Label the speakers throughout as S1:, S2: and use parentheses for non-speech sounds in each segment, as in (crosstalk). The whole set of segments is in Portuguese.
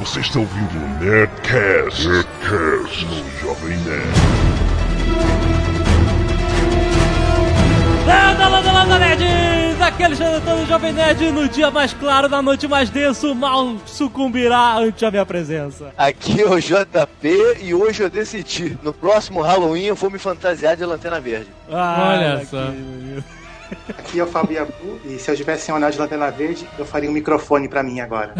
S1: Você está ouvindo o Nerdcast, Nerdcast no Jovem Nerd.
S2: Landa, landa, landa, nerds! Aqui é Alexandre Antônio, Jovem Nerd. No dia mais claro, na noite mais denso, mal sucumbirá ante a minha presença.
S3: Aqui é o JP e hoje eu decidi. No próximo Halloween eu vou me fantasiar de Lanterna Verde.
S2: Ah, Olha só.
S4: Aqui é o Fabiabu e se eu tivesse um anel de lanterna verde, eu faria um microfone para mim agora.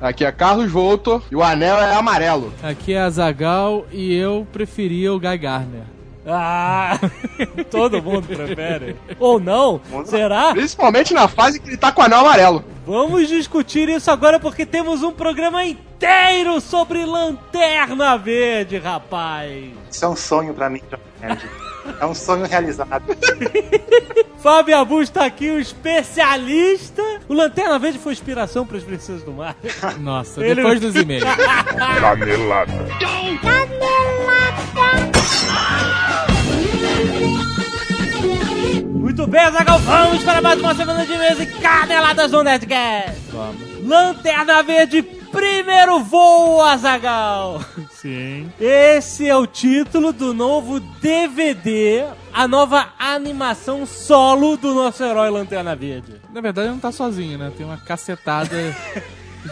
S5: Aqui é Carlos Volto e o anel é amarelo.
S6: Aqui é a Zagal e eu preferia o Guy Garner.
S2: Ah, (laughs) todo mundo prefere. Ou não? Será?
S5: Principalmente na fase que ele tá com o anel amarelo.
S2: Vamos discutir isso agora porque temos um programa inteiro sobre lanterna verde, rapaz.
S4: Isso é um sonho para mim, é um sonho realizado.
S2: Fábio Abu está aqui, o um especialista. O Lanterna Verde foi inspiração para as Princesas do Mar.
S6: Nossa, Ele... depois dos e-mails.
S1: Canelada.
S2: Canelada. (laughs) Muito bem, Zagal, vamos para mais uma semana de e-mails e caneladas no Nerdcast. Vamos. Lanterna Verde Primeiro voo, Azagal!
S6: Sim.
S2: Esse é o título do novo DVD, a nova animação solo do nosso herói Lanterna Verde.
S6: Na verdade, ele não tá sozinho, né? Tem uma cacetada.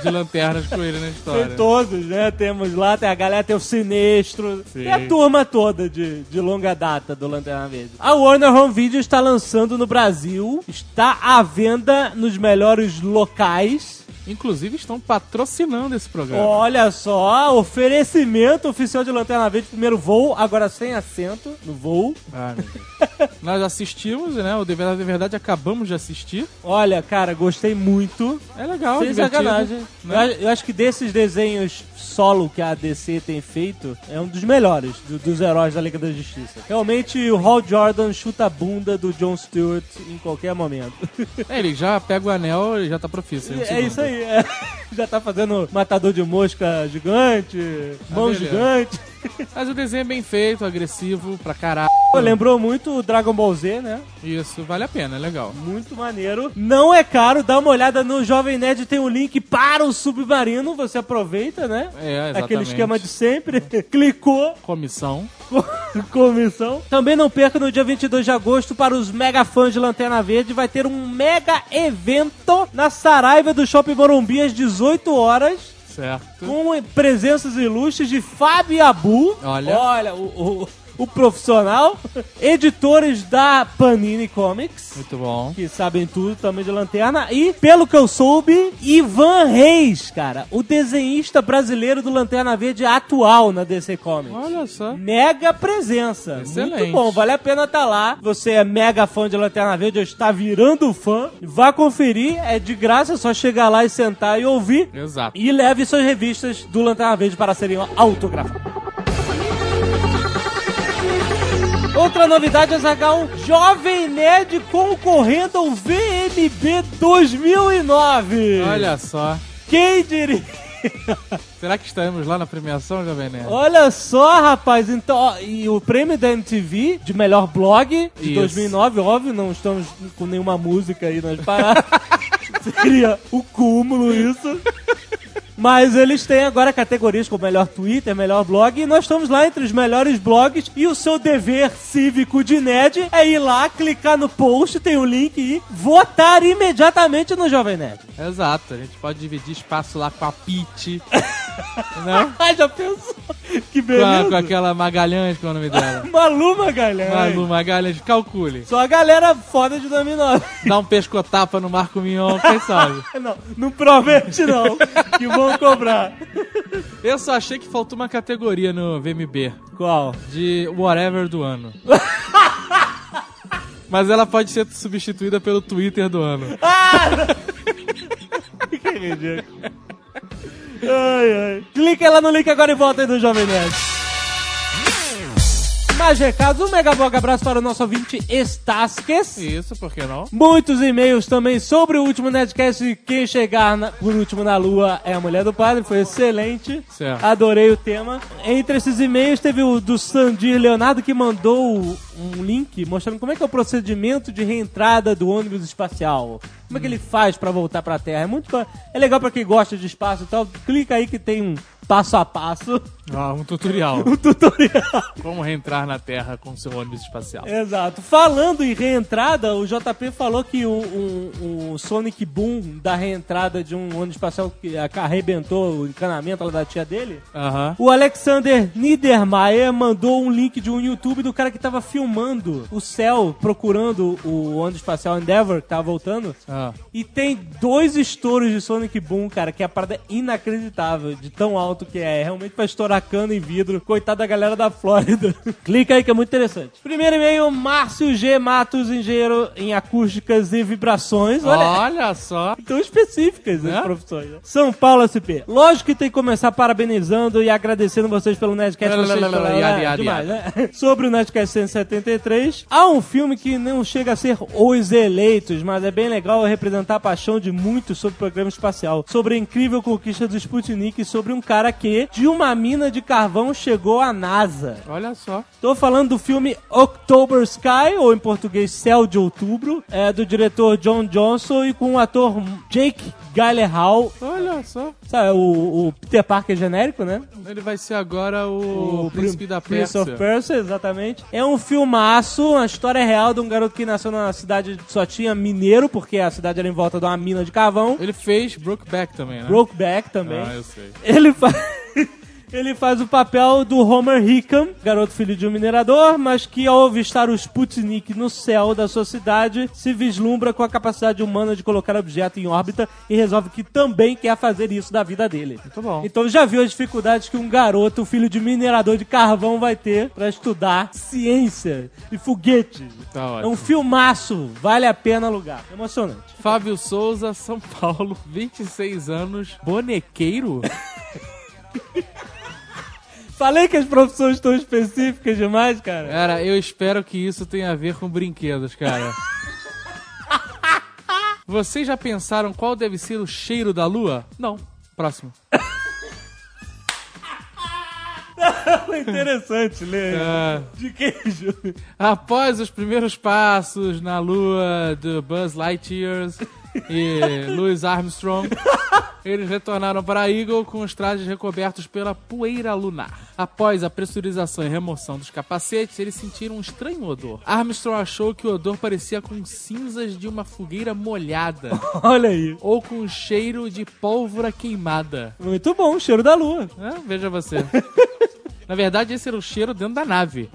S6: de lanternas com ele na história.
S2: Tem todos, né? Temos lá, tem a galera, tem o Sinestro, Sim. tem a turma toda de, de longa data do Lanterna Verde. A Warner Home Video está lançando no Brasil, está à venda nos melhores locais.
S6: Inclusive estão patrocinando esse programa.
S2: Olha só, oferecimento oficial de Lanterna Verde, primeiro voo, agora sem assento no voo.
S6: Ah, Nós assistimos, né? O DVD, na verdade, acabamos de assistir.
S2: Olha, cara, gostei muito.
S6: É legal,
S2: Sem sacanagem. Né? Eu, eu, acho que desses desenhos solo que a DC tem feito, é um dos melhores do, dos heróis da Liga da Justiça. Realmente, o Hal Jordan chuta a bunda do John Stewart em qualquer momento.
S6: É, ele já pega o anel e já tá profissa.
S2: (laughs) É, é isso aí. É. Já tá fazendo matador de mosca gigante, mão ah, gigante.
S6: Mas o desenho é bem feito, agressivo pra caralho.
S2: Lembrou muito o Dragon Ball Z, né?
S6: Isso, vale a pena, é legal.
S2: Muito maneiro. Não é caro, dá uma olhada no Jovem Nerd, tem o um link para o Submarino, você aproveita, né?
S6: É, exatamente.
S2: Aquele esquema de sempre. (laughs) Clicou.
S6: Comissão.
S2: Comissão. Também não perca no dia 22 de agosto para os mega fãs de Lanterna Verde, vai ter um mega evento na Saraiva do Shopping Morumbi às 18 horas.
S6: Certo.
S2: Com presenças ilustres de Fábio Abu.
S6: Olha.
S2: Olha, o, o o profissional, editores da Panini Comics.
S6: Muito bom.
S2: Que sabem tudo também de lanterna. E, pelo que eu soube, Ivan Reis, cara, o desenhista brasileiro do Lanterna Verde atual na DC Comics.
S6: Olha só.
S2: Mega presença.
S6: Excelente.
S2: Muito bom, vale a pena estar tá lá. Você é mega fã de Lanterna Verde, ou está virando fã. Vá conferir, é de graça, é só chegar lá e sentar e ouvir.
S6: Exato.
S2: E leve suas revistas do Lanterna Verde para serem autografadas. Outra novidade, Azagal, Jovem Nerd concorrendo ao VMB 2009.
S6: Olha só.
S2: Quem diria?
S6: Será que estaremos lá na premiação, Jovem Nerd?
S2: Olha só, rapaz. Então, ó, e o prêmio da MTV de melhor blog de Isso. 2009, óbvio, não estamos com nenhuma música aí nas
S6: (laughs)
S2: paradas. Seria o cúmulo isso. Mas eles têm agora categorias como melhor Twitter, melhor blog, e nós estamos lá entre os melhores blogs. E o seu dever cívico de nerd é ir lá, clicar no post, tem o um link e votar imediatamente no Jovem Nerd.
S6: Exato, a gente pode dividir espaço lá com a Pete.
S2: né? Já pensou? Que beleza.
S6: Ah. Com, com, aquela Magalhães, que é o nome dela.
S2: Malu Magalhães.
S6: Malu Magalhães, calcule.
S2: Só a galera foda de 2009.
S6: Dá um pescotapa no Marco Mignon, quem sabe?
S2: (laughs) não, não promete não, que vão cobrar.
S6: Eu só achei que faltou uma categoria no VMB.
S2: Qual?
S6: De whatever do ano. Mas ela pode ser substituída pelo Twitter do ano.
S2: Ah! que ridículo. Ai, ai. Clica lá no link agora e volta aí do Jovem Nerd. Mais recados, um mega blog abraço para o nosso ouvinte Estasques.
S6: Isso, por que não?
S2: Muitos e-mails também sobre o último Nerdcast e quem chegar na, por último na lua é a mulher do padre, foi excelente.
S6: Certo.
S2: Adorei o tema. Entre esses e-mails teve o do Sandir Leonardo que mandou um link mostrando como é que é o procedimento de reentrada do ônibus espacial. Como é que ele faz pra voltar pra Terra. É muito ba- é legal pra quem gosta de espaço e tal. Clica aí que tem um passo a passo,
S6: Ah, um tutorial.
S2: um tutorial. É.
S6: Como reentrar na Terra com seu ônibus espacial.
S2: Exato. Falando em reentrada, o JP falou que o, o- o Sonic Boom da reentrada de um ônibus espacial que arrebentou o encanamento lá da tia dele.
S6: Aham.
S2: O Alexander Niedermayer mandou um link de um YouTube do cara que tava filmando o céu, procurando o ônibus espacial Endeavor, que tava voltando.
S6: Ah.
S2: E tem dois estouros de Sonic Boom, cara, que é a parada inacreditável, de tão alto que é. Realmente pra estourar cano e vidro. Coitada da galera da Flórida. (laughs) Clica aí que é muito interessante. Primeiro e-mail, Márcio G. Matos, engenheiro em acústicas e vibrações. Olha,
S6: Olha só.
S2: tão específicas as
S6: Né?
S2: profissões. né? São Paulo SP. Lógico que tem que começar parabenizando e agradecendo vocês pelo Nerdcast.
S6: Lá,
S2: vocês
S6: lá, lá,
S2: falaram,
S6: lá,
S2: ah,
S6: yada,
S2: demais, né? (laughs) Sobre o Nerdcast 173, há um filme que não chega a ser Os Eleitos, mas é bem legal representar a paixão de muitos sobre o programa espacial, sobre a incrível conquista do Sputnik e sobre um cara que, de uma mina de carvão, chegou à NASA.
S6: Olha só.
S2: Tô falando do filme October Sky, ou em português Céu de Outubro, é do diretor John Johnson e com o ator Jake Gyllenhaal,
S6: Olha só.
S2: sabe, o, o Peter Parker genérico, né?
S6: Ele vai ser agora o, príncipe
S2: Prin-
S6: da
S2: Prince
S6: Pérsia.
S2: of Persia, exatamente. É um filmaço, a história real de um garoto que nasceu na cidade que só tinha mineiro, porque a cidade era em volta de uma mina de carvão.
S6: Ele fez Brokeback também, né?
S2: Brokeback também.
S6: É. Ah, eu sei.
S2: Ele faz. (laughs) Ele faz o papel do Homer Hickam, garoto filho de um minerador, mas que ao avistar o Sputnik no céu da sua cidade, se vislumbra com a capacidade humana de colocar objeto em órbita e resolve que também quer fazer isso da vida dele.
S6: Muito bom.
S2: Então já viu as dificuldades que um garoto, filho de minerador de carvão, vai ter pra estudar ciência e foguetes.
S6: Tá
S2: é
S6: ótimo.
S2: um filmaço, vale a pena alugar. Emocionante.
S6: Fábio Souza, São Paulo, (laughs) 26 anos, bonequeiro?
S2: Falei que as profissões estão específicas demais, cara.
S6: Cara, eu espero que isso tenha a ver com brinquedos, cara. Vocês já pensaram qual deve ser o cheiro da lua? Não. Próximo.
S2: Foi interessante ler.
S6: Ah,
S2: De queijo. (laughs)
S6: após os primeiros passos na lua do Buzz Lightyear e Louis Armstrong, eles retornaram para Eagle com os trajes recobertos pela poeira lunar. Após a pressurização e remoção dos capacetes, eles sentiram um estranho odor. Armstrong achou que o odor parecia com cinzas de uma fogueira molhada
S2: Olha aí.
S6: ou com cheiro de pólvora queimada.
S2: Muito bom, cheiro da lua.
S6: Ah, veja você. Na verdade, esse era o cheiro dentro da nave.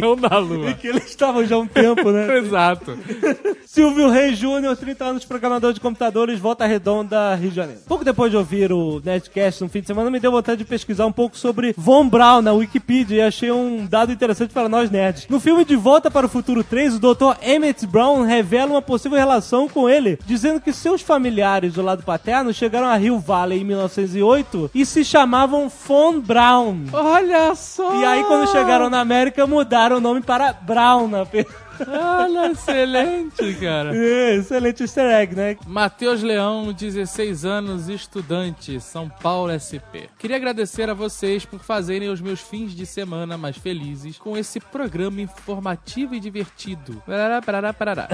S6: Não da lua.
S2: Que eles estavam já há um tempo, (laughs)
S6: (laughs)
S2: né?
S6: Exato.
S2: Silvio Reis Júnior, 30 anos, programador de computadores, Volta Redonda, Rio de Janeiro. Pouco depois de ouvir o Nerdcast no fim de semana, me deu vontade de pesquisar um pouco sobre Von Braun na Wikipedia e achei um dado interessante para nós nerds. No filme De Volta para o Futuro 3, o Dr. Emmett Brown revela uma possível relação com ele, dizendo que seus familiares do lado paterno chegaram a Rio Valley em 1908 e se chamavam Von Braun.
S6: Olha só!
S2: E aí, quando chegaram na América, mudaram o nome para Brown. na pe-
S6: Olha, excelente, cara.
S2: É, (laughs) Excelente easter egg, né?
S6: Matheus Leão, 16 anos, estudante, São Paulo SP. Queria agradecer a vocês por fazerem os meus fins de semana mais felizes com esse programa informativo e divertido. Parará, parará, parará.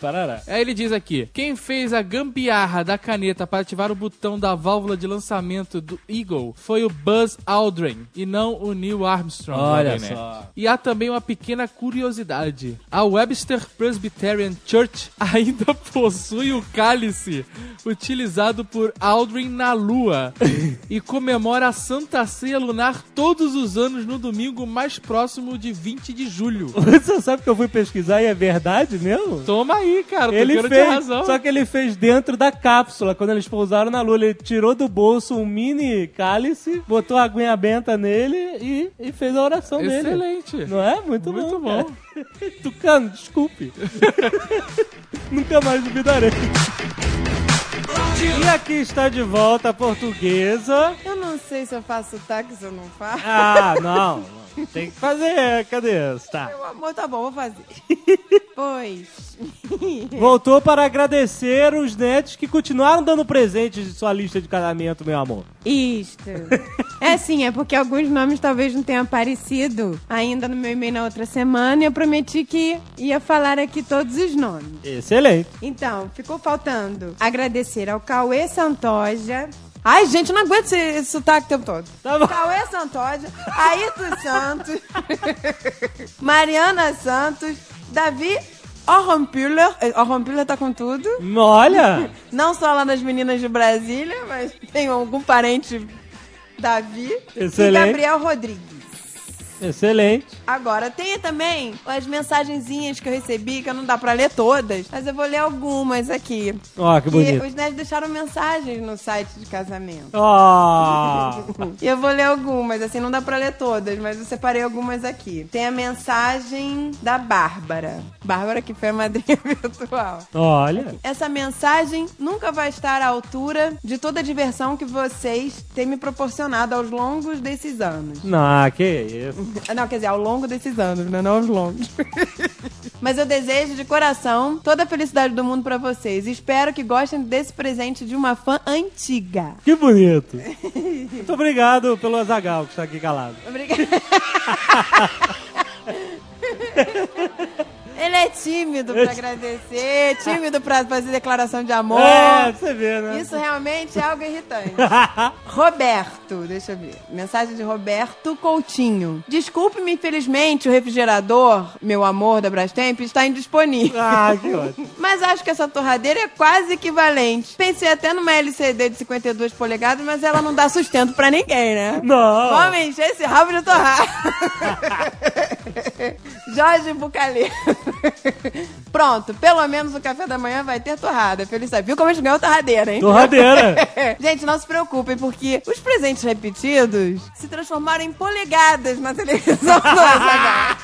S2: Parará.
S6: Aí ele diz aqui: quem fez a gambiarra da caneta para ativar o botão da válvula de lançamento do Eagle foi o Buzz Aldrin e não o Neil Armstrong.
S2: Olha
S6: jovem nerd.
S2: só.
S6: E há também uma pequena curiosidade: a Webster Presbyterian Church (laughs) ainda possui o cálice utilizado por Aldrin
S2: (laughs)
S6: na Lua e comemora a Santa Ceia Lunar todos os anos no domingo mais próximo de 20
S2: (laughs)
S6: de julho.
S2: Você sabe que eu fui pesquisar e é verdade mesmo?
S6: Toma aí, cara,
S2: Ele
S6: tô
S2: fez,
S6: de razão.
S2: só que ele fez dentro da cápsula, quando eles pousaram na lua. Ele tirou do bolso um mini cálice, botou a aguinha benta nele e, e fez a oração dele.
S6: Excelente.
S2: Não é? Muito,
S6: Muito
S2: bom.
S6: bom.
S2: cara. (laughs) Tucano, desculpe. (laughs) Nunca mais duvidarei. E aqui está de volta a portuguesa.
S7: Eu não sei se eu faço táxi ou não faço.
S2: Ah, não. Tem que fazer. Cadê? Tá.
S7: Meu amor, tá bom, vou fazer. Depois.
S2: Voltou para agradecer os netos que continuaram dando presentes de sua lista de casamento, meu amor.
S7: Isto. É sim, é porque alguns nomes talvez não tenham aparecido ainda no meu e-mail na outra semana e eu prometi que ia falar aqui todos os nomes.
S2: Excelente.
S7: Então, ficou faltando agradecer ao Cauê Santoja. Ai, gente, eu não aguento esse, esse sotaque o tempo todo.
S2: Tá bom.
S7: Cauê Santoja, Ayrton Santos, Mariana Santos, Davi Orrampiller. Orrampiller tá com tudo.
S2: Olha,
S7: Não só lá nas meninas de Brasília, mas tem algum parente Davi
S2: Excelente.
S7: e Gabriel Rodrigues.
S2: excelente.
S7: Agora, tem também as mensagenzinhas que eu recebi, que eu não dá pra ler todas, mas eu vou ler algumas aqui.
S2: Ó, que bonito.
S7: os nerds deixaram mensagens no site de casamento.
S2: Ah,
S7: E eu vou ler algumas, assim, não dá pra ler todas, mas eu separei algumas aqui. Tem a mensagem da Bárbara. Bárbara que foi a madrinha (laughs) virtual.
S2: olha.
S7: Essa mensagem nunca vai estar à altura de toda a diversão que vocês têm me proporcionado aos longos desses anos. (laughs)
S2: Não, que isso.
S7: Ah, Não, quer dizer, ao longo desses anos, né? Não aos longos. (laughs) Mas eu desejo de coração toda a felicidade do mundo pra vocês. Espero que gostem desse presente de uma fã antiga.
S2: Que bonito. Muito obrigado pelo Azagal que está aqui calado.
S7: Obrigada. Ele é tímido pra agradecer, tímido pra fazer declaração de amor.
S2: É, você vê, né?
S7: Isso realmente é algo irritante. Roberto, deixa eu ver. Mensagem de Roberto Coutinho. Desculpe-me, infelizmente, o refrigerador, meu amor da Brastemp, está
S2: (laughs)
S7: indisponível.
S2: Ah, que ótimo.
S7: Mas acho que essa torradeira é quase equivalente. Pensei até numa LCD de 52 polegadas, mas ela não dá sustento pra ninguém, né?
S2: Não.
S7: Vamos encher esse rabo de torrar. Jorge Bucalê. Pronto, pelo menos o café da manhã vai ter torrada. Feliz sabe. Viu como a gente ganhou torradeira, hein? É.
S2: Torradeira.
S7: Gente, não se preocupem, porque os presentes repetidos se transformaram em polegadas na televisão (laughs) do SH.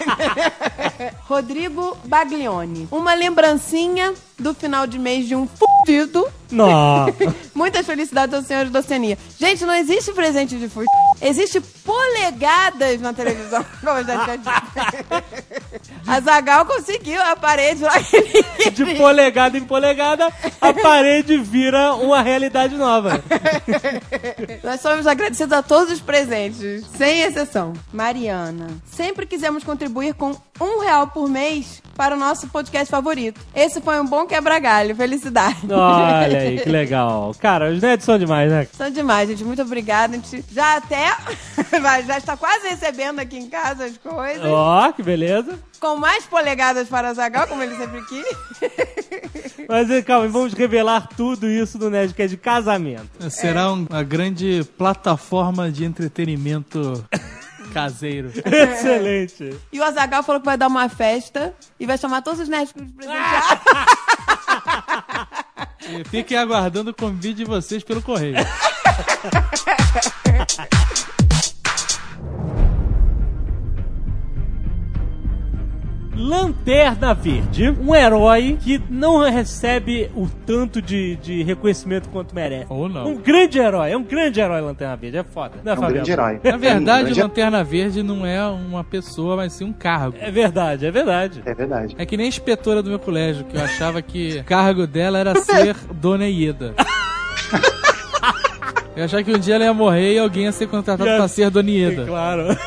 S7: Rodrigo Baglione. Uma lembrancinha do final de mês de um fudido.
S2: Não.
S7: (laughs) Muitas felicidades aos senhores da Oceania. Gente, não existe presente de fudido. Existe polegadas na televisão. (laughs) Como eu já tinha dito. A Zagal conseguiu a parede lá (laughs) que ele
S2: De
S7: queria.
S2: polegada em polegada, a parede vira uma realidade nova.
S7: Nós somos agradecidos a todos os presentes, sem exceção. Mariana, sempre quisemos contribuir com um real por mês para o nosso podcast favorito. Esse foi um bom quebra-galho. Felicidade.
S2: Olha aí, que legal. Cara, os nerds são demais, né?
S7: São demais, gente. Muito obrigada. A gente já até (laughs) vai- já está quase recebendo aqui em casa as coisas.
S2: Ó, que beleza.
S7: Com mais polegadas para Zagal, como ele sempre quis.
S2: Mas eh, calma, vamos revelar tudo isso do Nerdcast de casamento.
S6: (laughs) Será um- uma grande plataforma de (laughs) entretenimento caseiro.
S2: Excelente.
S7: E o Azagal falou que vai dar uma festa e vai chamar todos os nerds para nos presentear.
S6: E fiquem aguardando o convite de vocês pelo correio.
S2: Lanterna Verde, um herói que não recebe o tanto de, de reconhecimento quanto merece.
S6: Ou não.
S2: Um grande herói, é um grande herói Lanterna Verde, é foda. Não
S4: É um grande herói.
S6: Na verdade,
S4: É um grande-
S6: Lanterna Verde não é uma pessoa, mas sim um cargo.
S2: É verdade, é verdade.
S4: É verdade.
S6: É que nem a inspetora do meu colégio, que eu achava que o cargo dela era ser Dona Ieda. Eu achava que um dia ela ia morrer e alguém ia ser contratado
S2: Ia-
S6: pra ser Dona
S2: É,
S6: Ieda.
S2: claro. (laughs)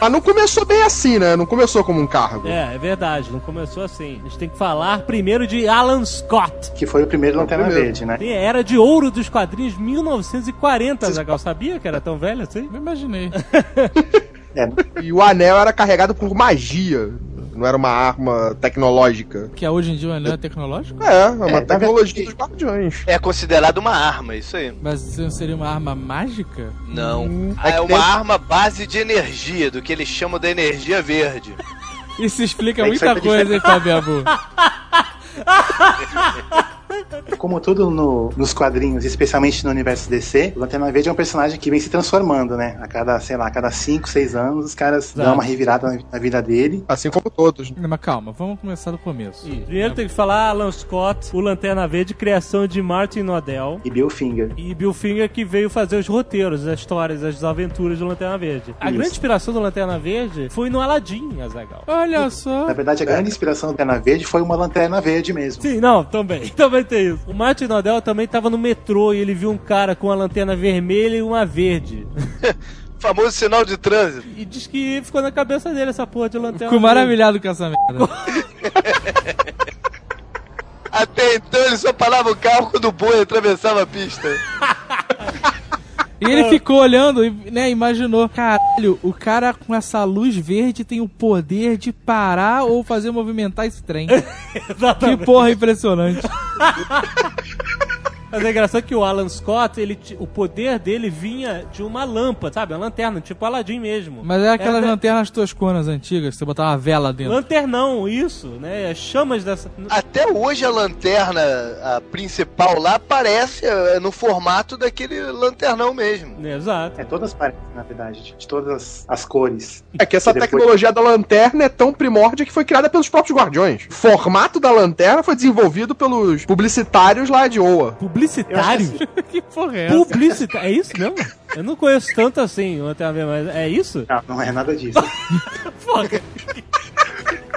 S5: Mas não começou bem assim, né? Não começou como um cargo.
S2: É, é verdade, não começou assim. A gente tem que falar primeiro de Alan Scott.
S4: Que foi o primeiro Lanterna
S5: primeiro.
S4: Verde, né?
S2: Tem a Era de ouro dos quadrinhos 1940, Zagal. Sabia que era tão velho assim?
S6: Não imaginei.
S4: É.
S5: E o anel era carregado por magia. Não era uma arma tecnológica.
S6: Que hoje em dia o anel é tecnológico?
S5: É, é uma
S4: É, na
S5: tecnologia
S4: verdade-
S5: dos guardiões.
S3: É considerado uma arma, isso aí.
S6: Mas isso não seria uma arma mágica?
S3: Não.
S5: é que
S3: É
S5: deve-
S3: uma arma base de energia, do que eles chamam da energia verde.
S6: Isso explica
S4: Tem que
S6: muita
S4: ser
S6: coisa, hein, Fabiabu?
S4: Como tudo no- nos quadrinhos, especialmente no universo DC, o Lanterna Verde é um personagem que vem se transformando, né? A cada, sei lá, a cada 5, 6 anos, os caras dão uma revirada na, na vida dele.
S5: Assim como todos. né?
S6: Não, mas calma, vamos começar do começo. Né?
S2: Primeiro tem que falar Alan Scott, o Lanterna Verde, criação de Martin Nodell.
S4: E Bill Finger.
S2: E Bill Finger que veio fazer os roteiros, as histórias, as aventuras do Lanterna Verde. A
S4: Isso.
S2: grande inspiração do Lanterna Verde foi no Aladdin, Azagal.
S6: Olha só.
S5: Tá
S4: Na verdade, a grande inspiração do Lanterna Verde foi uma Lanterna Verde mesmo.
S2: Sim, não, também. (laughs) Também tem isso. O Martin Nodell também tava no metrô e ele viu um cara com a lanterna vermelha e uma verde.
S3: (laughs)
S2: (laughs)
S3: Famoso sinal de trânsito.
S2: E diz que ficou na cabeça dele essa porra de lanterna.
S6: Fico maravilhado com essa merda.
S3: Até então ele só parava o carro quando o boi atravessava a pista.
S6: E (laughs) ele ficou olhando e, né, imaginou, caralho, o cara com essa luz verde tem o poder de parar ou fazer movimentar esse (laughs) trem. que porra impressionante.
S2: Mas é engraçado que o Alan Scott, ele, ti- o poder dele vinha de uma lâmpada, sabe? Uma lanterna, tipo Aladdin mesmo.
S6: Mas é aquelas
S2: Era-
S6: lanternas tosconas antigas, que você botava uma vela dentro.
S2: Lanternão, isso, né? As chamas dessa.
S3: Até hoje a lanterna, a principal lá, aparece eh, no formato daquele lanternão mesmo.
S2: Né, Exato.
S4: É, todas parecem, na verdade, de- de todas as cores.
S5: É que essa
S4: E depois-
S5: tecnologia da lanterna é tão primórdia que foi criada pelos próprios guardiões. O formato da lanterna foi desenvolvido pelos publicitários lá de Oa.
S2: Publicitário?
S6: Que porra é essa?
S2: Publicitário. É isso mesmo? Eu não conheço tanto assim, o Lanterna Verde, mas é isso?
S4: Não, não é nada
S2: (laughs)
S4: disso.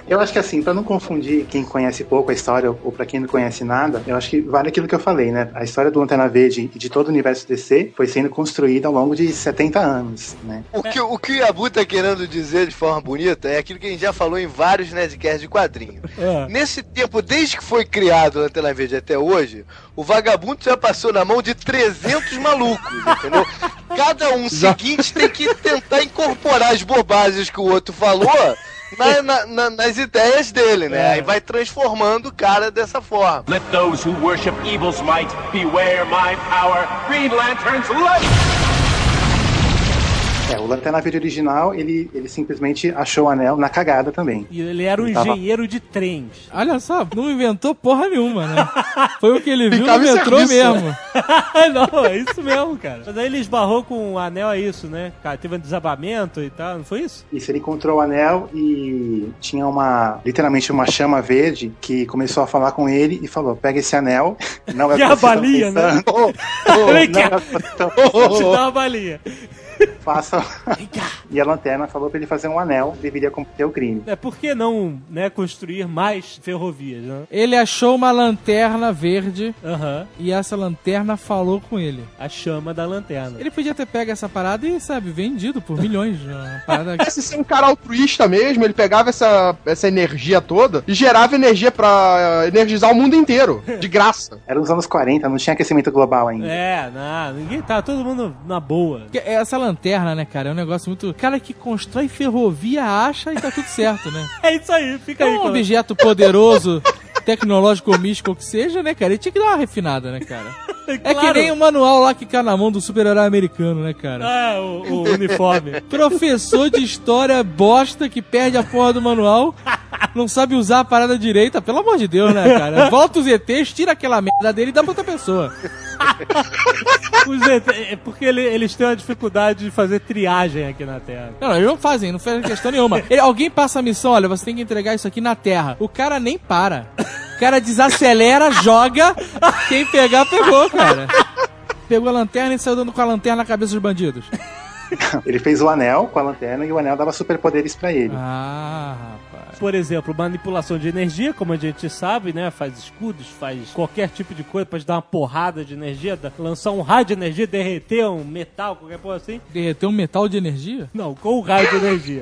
S4: Eu acho que assim, pra não confundir quem conhece pouco a história ou pra quem não conhece nada, eu acho que vale aquilo que eu falei, né? A história do Lanterna Verde e de todo o universo DC foi sendo construída ao longo de 70 anos, né?
S3: O que o, que o Yabu tá querendo dizer de forma bonita é aquilo que a gente já falou em vários Nerdcasts de quadrinho.
S2: É.
S3: Nesse tempo, desde que foi criado a Lanterna Verde até hoje, o vagabundo já passou na mão de 300 malucos, entendeu? Cada um seguinte tem que tentar incorporar as bobagens que o outro falou na- na- na- nas ideias dele, né? Aí vai transformando o cara dessa forma.
S8: Let those who worship evil's might beware my power. Green Lantern's light!
S4: É, o Lanterna Verde original, ele, ele simplesmente achou o anel na cagada também.
S2: E ele era um
S4: Ele tava-
S2: engenheiro de trens. (laughs)
S6: Olha só, não inventou porra nenhuma, (laughs) né? Foi o que ele viu
S5: Ficava
S6: e
S5: em
S6: entrou
S5: serviço.
S6: mesmo.
S2: não, é isso mesmo, cara. Mas aí ele esbarrou com o anel, é isso, né? Cara, teve um desabamento e tal, não foi
S4: (laughs)
S2: isso?
S4: Isso, ele encontrou o anel e tinha uma, literalmente uma chama verde que começou a falar com ele e falou, pega esse anel, não
S2: (laughs)
S4: é o
S2: Que
S4: que vocês estão
S2: avalia, né?
S4: pensando.
S2: Vem
S4: (laughs)
S5: Oh,
S4: Não é
S2: cá,
S4: o que vocês estão
S2: vou te dar uma balinha.
S4: faça. E a lanterna falou pra ele fazer um anel, que deveria cometer o crime.
S2: É, por que não, né, construir mais ferrovias, né?
S6: Ele achou uma lanterna verde
S2: Aham,
S6: e essa lanterna falou com ele.
S2: a chama da lanterna.
S6: Ele podia ter pego essa parada e, sabe, vendido por milhões. né? Uma parada
S5: Se ser um cara altruísta mesmo, ele pegava essa, essa energia toda e gerava energia pra eh, energizar o mundo inteiro, de graça.
S4: Era nos anos 40, não tinha aquecimento global ainda.
S2: É, não, ninguém tá, todo mundo na boa.
S6: Porque Essa lanterna, né, cara, é um negócio muito. Cara que constrói ferrovia acha e tá tudo certo, né?
S2: É isso aí, fica
S6: É
S2: aí.
S6: um
S2: com-
S6: objeto poderoso, tecnológico ou místico ou que seja, né, cara? Ele tinha que dar uma refinada, né, cara? É
S2: Claro.
S6: que nem o manual lá que cai na mão do super-herói americano, né, cara?
S2: Ah, o, o uniforme.
S6: Professor de história bosta que perde a porra do manual, não sabe usar a parada direita, pelo amor de Deus, né, cara? Volta os ETs, tira aquela merda dele e dá pra outra pessoa.
S2: Os ET, é porque ele- eles têm uma dificuldade de fazer triagem aqui na Terra.
S6: Não, não, eles não fazem, não fazem questão nenhuma. Ele- alguém passa a missão, olha, você tem que entregar isso aqui na Terra. O cara nem para. O cara desacelera, joga, quem pegar, pegou, cara. Pegou a lanterna e saiu dando com a lanterna na cabeça dos bandidos.
S4: Ele fez o anel com a lanterna e o anel dava superpoderes pra ele.
S6: Ah, rapaz.
S2: Por exemplo, manipulação de energia, como a gente sabe, né? Faz escudos, faz qualquer tipo de coisa pra te dar uma porrada de energia, da- lançar um raio de energia, derreter um metal, qualquer coisa assim.
S6: Derreteu um metal de energia?
S2: Não, com o raio de energia.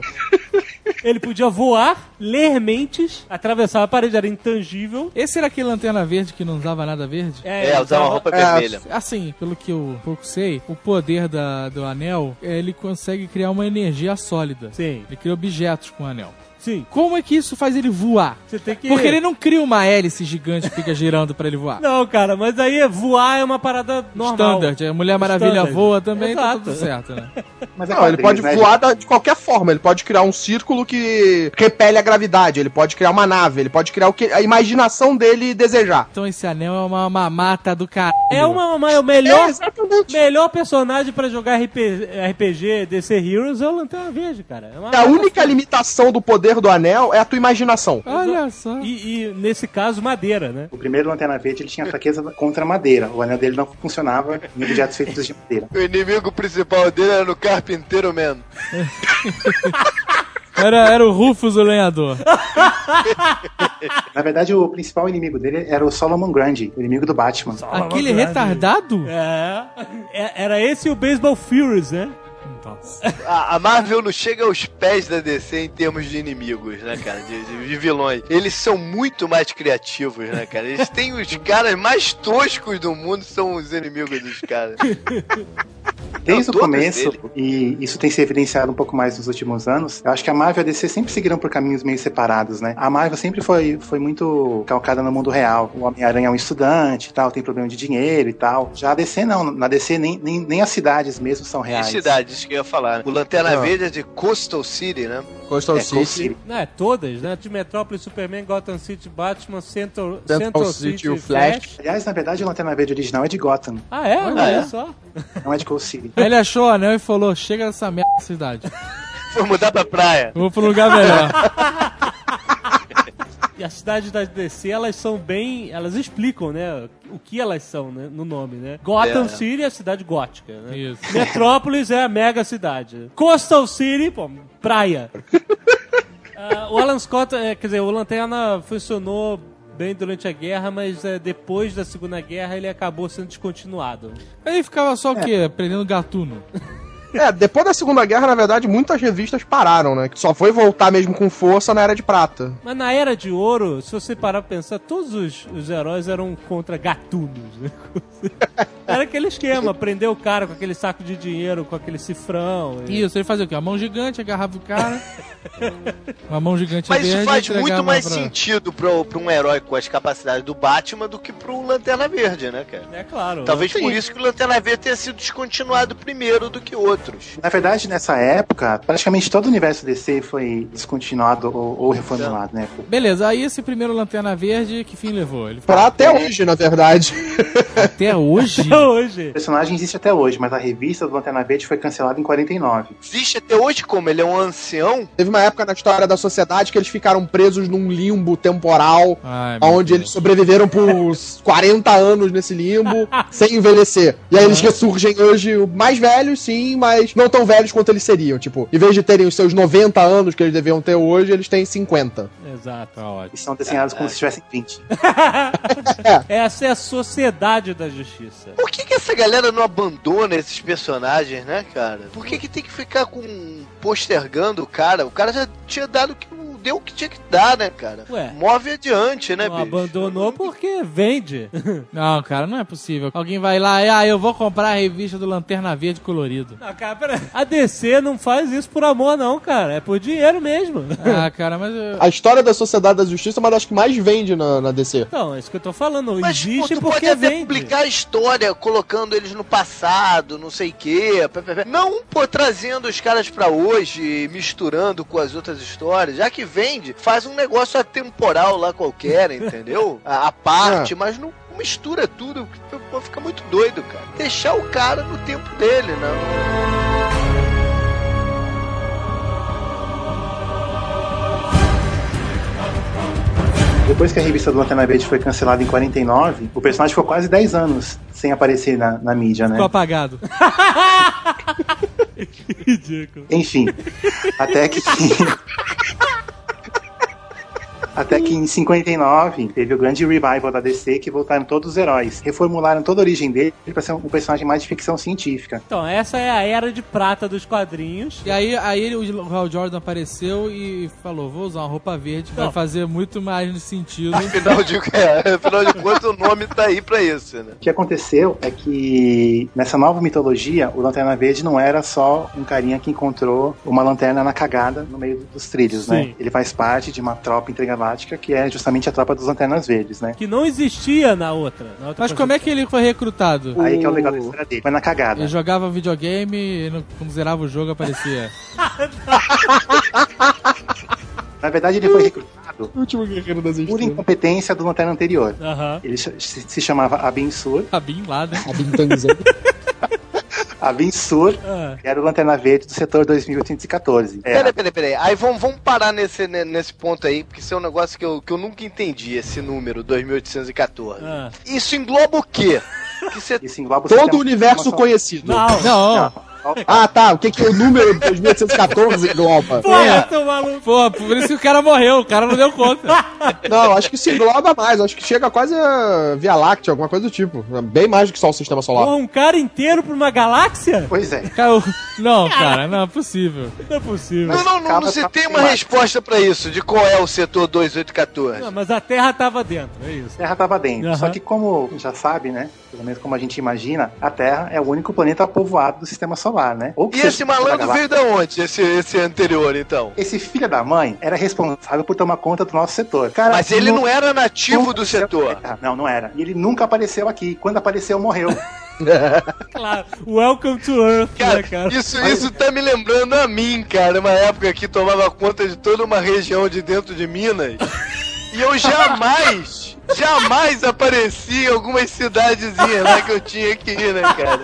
S2: Ele podia voar, ler mentes, atravessar a parede, era intangível.
S6: Esse era aquele lanterna verde que não usava nada verde?
S3: É, usar
S2: então,
S3: uma roupa
S5: É,
S3: vermelha.
S6: Assim, pelo que eu pouco sei, o poder da- do anel, é, ele consegue criar uma energia sólida.
S2: Sim,
S6: Ele cria objetos com o anel.
S2: sim.
S6: Como é que isso faz ele voar?
S2: Você tem que.
S6: Porque ele não cria uma hélice gigante que fica girando pra ele voar.
S2: Não, cara, mas aí voar é uma parada normal.
S6: Standard, a Mulher Maravilha
S2: Standard.
S6: voa também, tá
S2: Exato.
S6: tudo certo, né?
S4: Mas é
S5: Não, ele
S4: quadrinhos,
S5: pode
S4: né,
S5: voar
S4: gente?
S5: da- de qualquer forma. Ele pode criar um círculo que repele a gravidade. Ele pode criar uma nave. Ele pode criar o que a imaginação dele desejar.
S6: Então esse anel é uma mamata do caralho.
S2: É uma, uma- o melhor,
S5: É, exatamente.
S2: melhor personagem pra jogar RP, RPG, DC Heroes é o Lanterna Verde, cara. É uma-
S5: A única limitação do poder do anel é a tua imaginação.
S6: Olha só.
S2: E, e, nesse caso, madeira, né?
S4: O primeiro Lanterna Verde ele tinha fraqueza contra a madeira. O anel dele não funcionava em objetos feitos de madeira.
S3: O inimigo principal dele era no Carpinteiro Man.
S6: Era, era o Rufus
S2: (laughs)
S6: o lenhador.
S4: Na verdade, o principal inimigo dele era o Solomon Grande, o inimigo do Batman.
S6: Aquele retardado?
S2: É. É, Era esse e o Baseball Furies, né?
S3: A, a Marvel não chega aos pés da DC em termos de inimigos, né, cara? De, de- de vilões. Eles são muito mais criativos, né, cara? Eles têm os caras mais toscos do mundo, são os inimigos dos caras.
S4: Desde o
S3: todos
S4: começo,
S3: dele.
S4: e isso tem se evidenciado um pouco mais nos últimos anos, eu acho que a Marvel e a DC sempre seguiram por caminhos meio separados, né? A Marvel sempre foi, foi muito calcada no mundo real. O Homem-Aranha é um estudante e tal, tem problema de dinheiro e tal. Já a DC não. Na DC nem, nem, nem as cidades mesmo são
S3: Que
S4: reais.
S3: cidade, É, isso que eu ia falar. né? O Lanterna
S5: Não.
S3: Verde é de Coastal City, né?
S5: Coastal
S4: É,
S5: City,
S2: Não, é todas, né? De Metrópole, Superman, Gotham City, Batman, Central,
S5: Central
S2: Central
S5: City,
S2: City,
S5: o
S2: Flash.
S5: Flash.
S4: Aliás, na verdade, o Lanterna Verde original é de Gotham,
S2: Ah, é? Olha
S3: Ah, é?
S2: só.
S4: não é de Coast City. (laughs)
S6: Aí Ele achou o anel e falou: chega dessa merda de cidade.
S3: Foi mudar pra praia.
S6: Eu vou pro lugar melhor.
S2: (laughs) E as cidades da DC, elas são bem... Elas explicam, né? O que elas são, né? No nome, né? Gotham
S3: É.
S2: City é a cidade gótica, né?
S6: Isso.
S2: Metrópolis é a mega cidade. Coastal City, pô, praia. Ah, o Alan Scott, é, quer dizer, o Lanterna funcionou bem durante a guerra, mas é, depois da Segunda Guerra ele acabou sendo descontinuado.
S6: Aí ficava só o
S2: É.
S6: quê? Prendendo gatuno.
S5: É, depois da Segunda Guerra, na verdade, muitas revistas pararam, né? Que só foi voltar mesmo com força na Era de Prata.
S2: Mas na Era de Ouro, se você parar pra pensar, todos os, os heróis eram contra gatunos, (laughs) né? Era aquele esquema, prender o cara com aquele saco de dinheiro, com aquele cifrão. e-
S6: Isso, ele fazia o quê? A mão gigante, agarrava
S2: (laughs)
S6: o cara. Uma mão gigante
S3: Mas isso
S6: dele,
S3: faz
S6: entregava
S3: muito mais
S6: pra-
S3: sentido pro, pra um herói com as capacidades do Batman do que pro Lanterna Verde, né, cara?
S2: É claro.
S3: Talvez por isso que o Lanterna Verde tenha sido descontinuado primeiro do que outros.
S4: Na verdade, nessa época, praticamente todo o universo DC foi descontinuado ou, ou reformulado, né?
S6: Beleza, aí esse primeiro lanterna verde, que fim levou? Ele
S5: Pra até hoje, na verdade. (laughs)
S6: até
S2: (laughs)
S6: hoje?
S2: Até hoje.
S4: O personagem existe até hoje, mas a revista do Lanterna Verde foi cancelada em 49.
S3: Existe até hoje como? Ele é um ancião?
S5: Teve uma época na história da sociedade que eles ficaram presos num limbo temporal.
S2: É
S6: Ai, meu
S5: Onde
S6: Deus.
S5: eles sobreviveram por uns 40 anos nesse limbo, sem envelhecer. E aí eles ressurgem hoje mais velhos, sim, mas não tão velhos quanto eles seriam. Tipo, em vez de terem os seus 90 anos que eles deviam ter hoje, eles têm 50.
S2: Exato.
S6: Tá ótimo.
S4: E são desenhados como se tivessem 20.
S2: Essa é a sociedade da justiça.
S3: Por que, que essa galera não abandona esses personagens, né, cara? Por que, que tem que ficar com postergando o cara? O cara já tinha dado o que deu o que tinha que dar, né, cara?
S2: Ué.
S3: Move adiante, né,
S2: Não
S3: bicho?
S2: abandonou porque vende. (laughs)
S6: Não, cara, não é possível. Alguém vai lá e, ah, eu vou comprar a revista do Lanterna Verde colorido.
S2: Não, cara, pera. A DC não faz isso por amor, não, cara. É por dinheiro mesmo. (laughs)
S6: Ah, cara, mas eu...
S5: A história da Sociedade da Justiça é uma das que mais vende na, na DC.
S2: Então, é isso que eu tô falando.
S3: Mas pô,
S2: Existe
S3: tu pode
S2: porque
S3: até
S2: vende.
S3: publicar a história colocando eles no passado, não sei o quê. pá, pá, pá. Não, pô, trazendo os caras pra hoje, misturando com as outras histórias. Já que vende, faz um negócio atemporal lá
S2: (laughs)
S3: qualquer, entendeu? A, a
S2: É.
S3: parte, mas não mistura tudo, porque, pô, fica muito doido, cara. Deixar o cara no tempo dele, né?
S4: Depois que a revista do Lanterna Verde foi cancelada em 49, o personagem ficou quase 10 anos sem aparecer na, na mídia, né?
S6: Ficou
S2: (laughs)
S6: apagado.
S2: Ridículo.
S4: (laughs) Enfim, até que. Até que em 59 teve o grande revival da DC que voltaram todos os heróis. Reformularam toda a origem dele pra ser um personagem mais de ficção científica.
S2: Então, essa é a era de prata dos quadrinhos.
S6: E aí, aí ele- o Hal Jordan apareceu e falou, vou usar uma roupa verde, vai
S2: Não.
S6: fazer muito mais sentido.
S3: Afinal de, (laughs) é, afinal de contas, o nome tá aí pra isso, né?
S4: O que aconteceu é que nessa nova mitologia, o Lanterna Verde não era só um carinha que encontrou uma lanterna na cagada no meio dos trilhos, né?
S2: Sim.
S4: Ele faz parte de uma tropa entregada dramática, que é justamente a tropa dos Lanternas Verdes, né?
S2: Que não existia na outra. na outra
S6: Mas como é que ele foi recrutado?
S4: Aí que é o legal da história dele. Foi na cagada.
S6: Ele jogava videogame e no- quando zerava o jogo aparecia.
S4: Na verdade, ele foi recrutado
S5: Último guerreiro das
S4: por
S5: estrelas.
S4: incompetência do Lanterna anterior.
S2: Aham.
S4: Ele ch- se se chamava Abin Sur.
S6: Tá bem lá, né?
S5: A Bintanza. (laughs)
S4: Abin Sur
S2: Ah.
S4: era o Lanterna Verde do setor 2814. É,
S3: Peraí, peraí, peraí. Aí vamos, vamos parar nesse, ne- nesse ponto aí, porque isso é um negócio que eu, que eu nunca entendi, esse número, 2814.
S2: Ah.
S3: Isso engloba o quê? Que cê-
S4: isso engloba o
S5: Todo o
S4: sistema-
S5: universo
S4: uma-
S5: conhecido.
S2: Não.
S6: Não,
S5: Ah, tá. O que, que o número 2814 engloba?
S2: Porra, seu maluco.
S6: é. pô, por isso que o cara morreu, o cara não deu conta.
S5: Não, acho que se engloba mais. Acho que chega quase a Via Láctea, alguma coisa do tipo. Bem mais do que só o sistema
S2: (laughs)
S5: solar.
S2: Porra, um cara inteiro pra uma galáxia?
S4: Pois é.
S6: Caiu. Não, cara, não é possível.
S2: Não é possível.
S3: (laughs) Não, não, não, não
S4: Acaba
S3: se
S4: com
S3: tem
S4: a
S3: uma
S4: temática.
S3: resposta pra isso, de qual é o setor
S2: Não,
S3: 2814.
S2: mas a Terra tava dentro, é isso.
S4: A Terra estava dentro.
S2: Aham.
S4: Só que, como já sabe, né? Pelo menos como a gente imagina, a Terra é o único planeta povoado do sistema solar, né? Ou que
S3: E
S4: seja,
S3: esse
S4: da
S3: malandro veio
S4: galáxia.
S3: da onde, esse, esse anterior, então?
S4: Esse filho da mãe era responsável por tomar conta do nosso setor. Cara,
S3: Mas ele não era nativo
S4: nunca
S3: do
S4: apareceu na
S3: setor.
S4: Terra. Não, não era. E ele nunca apareceu aqui. Quando apareceu, morreu.
S2: Claro. Welcome to Earth,
S3: Cara,
S2: né, cara?
S3: isso, isso tá me lembrando a mim, cara. Uma época que tomava conta de toda uma região de dentro de Minas. e
S2: (laughs)
S3: eu jamais, jamais apareci em algumas cidadezinhas lá que eu tinha que ir, né, cara?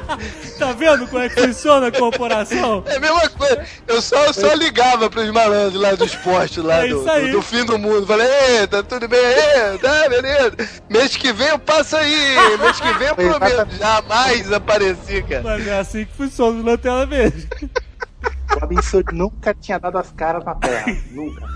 S2: Tá vendo como é que funciona a corporação?
S3: É a mesma coisa. Eu só, eu só ligava pros malandros lá dos postos, lá
S2: É
S3: do,
S2: isso aí.
S3: do- do fim do mundo. Falei, "Ê, tá tudo bem? Ê, tá, beleza? Mês que vem eu passo aí. Mês que vem eu prometo. Jamais apareci, cara.
S2: Mas é assim que funciona o Lanterna Verde.
S4: o Abençoe (laughs) nunca tinha dado as caras na Terra. Nunca.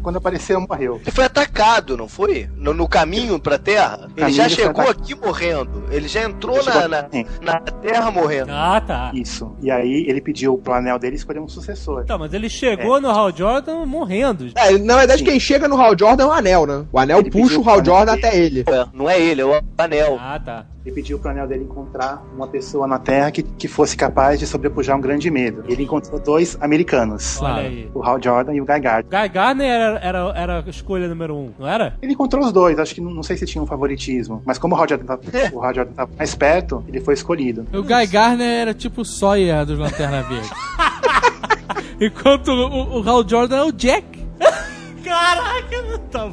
S4: Quando apareceu, morreu.
S3: Ele foi atacado, não foi? No, no caminho pra Terra? Ele
S4: Caminho
S3: já
S4: ele foi
S3: chegou
S4: atacado.
S3: aqui morrendo. Ele já entrou
S4: Ele chegou
S3: na, na,
S4: aqui.
S3: na Terra morrendo.
S2: Ah, tá.
S4: Isso. E aí ele pediu pro anel dele escolher um sucessor.
S2: Tá, mas ele chegou no Hal Jordan morrendo.
S5: É, na verdade, quem chega no Hal Jordan é o anel, né? O anel
S4: Ele
S5: puxa
S4: pediu
S5: o Hal
S4: pra
S5: Jordan
S4: ele.
S5: até ele.
S3: É, Não é ele, é o anel.
S2: Ah, tá.
S4: Ele pediu pro anel dele encontrar uma pessoa na Terra que, que fosse capaz de sobrepujar um grande medo. Ele encontrou dois americanos.
S2: Olha
S6: Claro.
S2: aí.
S4: O Hal Jordan e o Guy Gardner.
S2: Guy Gardner era, era, era a escolha número um, não era?
S4: Ele encontrou os dois, acho que não, não sei se tinha um favoritismo. Mas como o Hal Jordan tá-
S2: É.
S4: o Hal Jordan tava mais perto, ele foi escolhido.
S6: O Guy Garner era tipo o Sawyer dos Lanterna
S2: (laughs)
S6: Verde. Enquanto o, o Hal Jordan é o Jack.
S2: Caraca, tá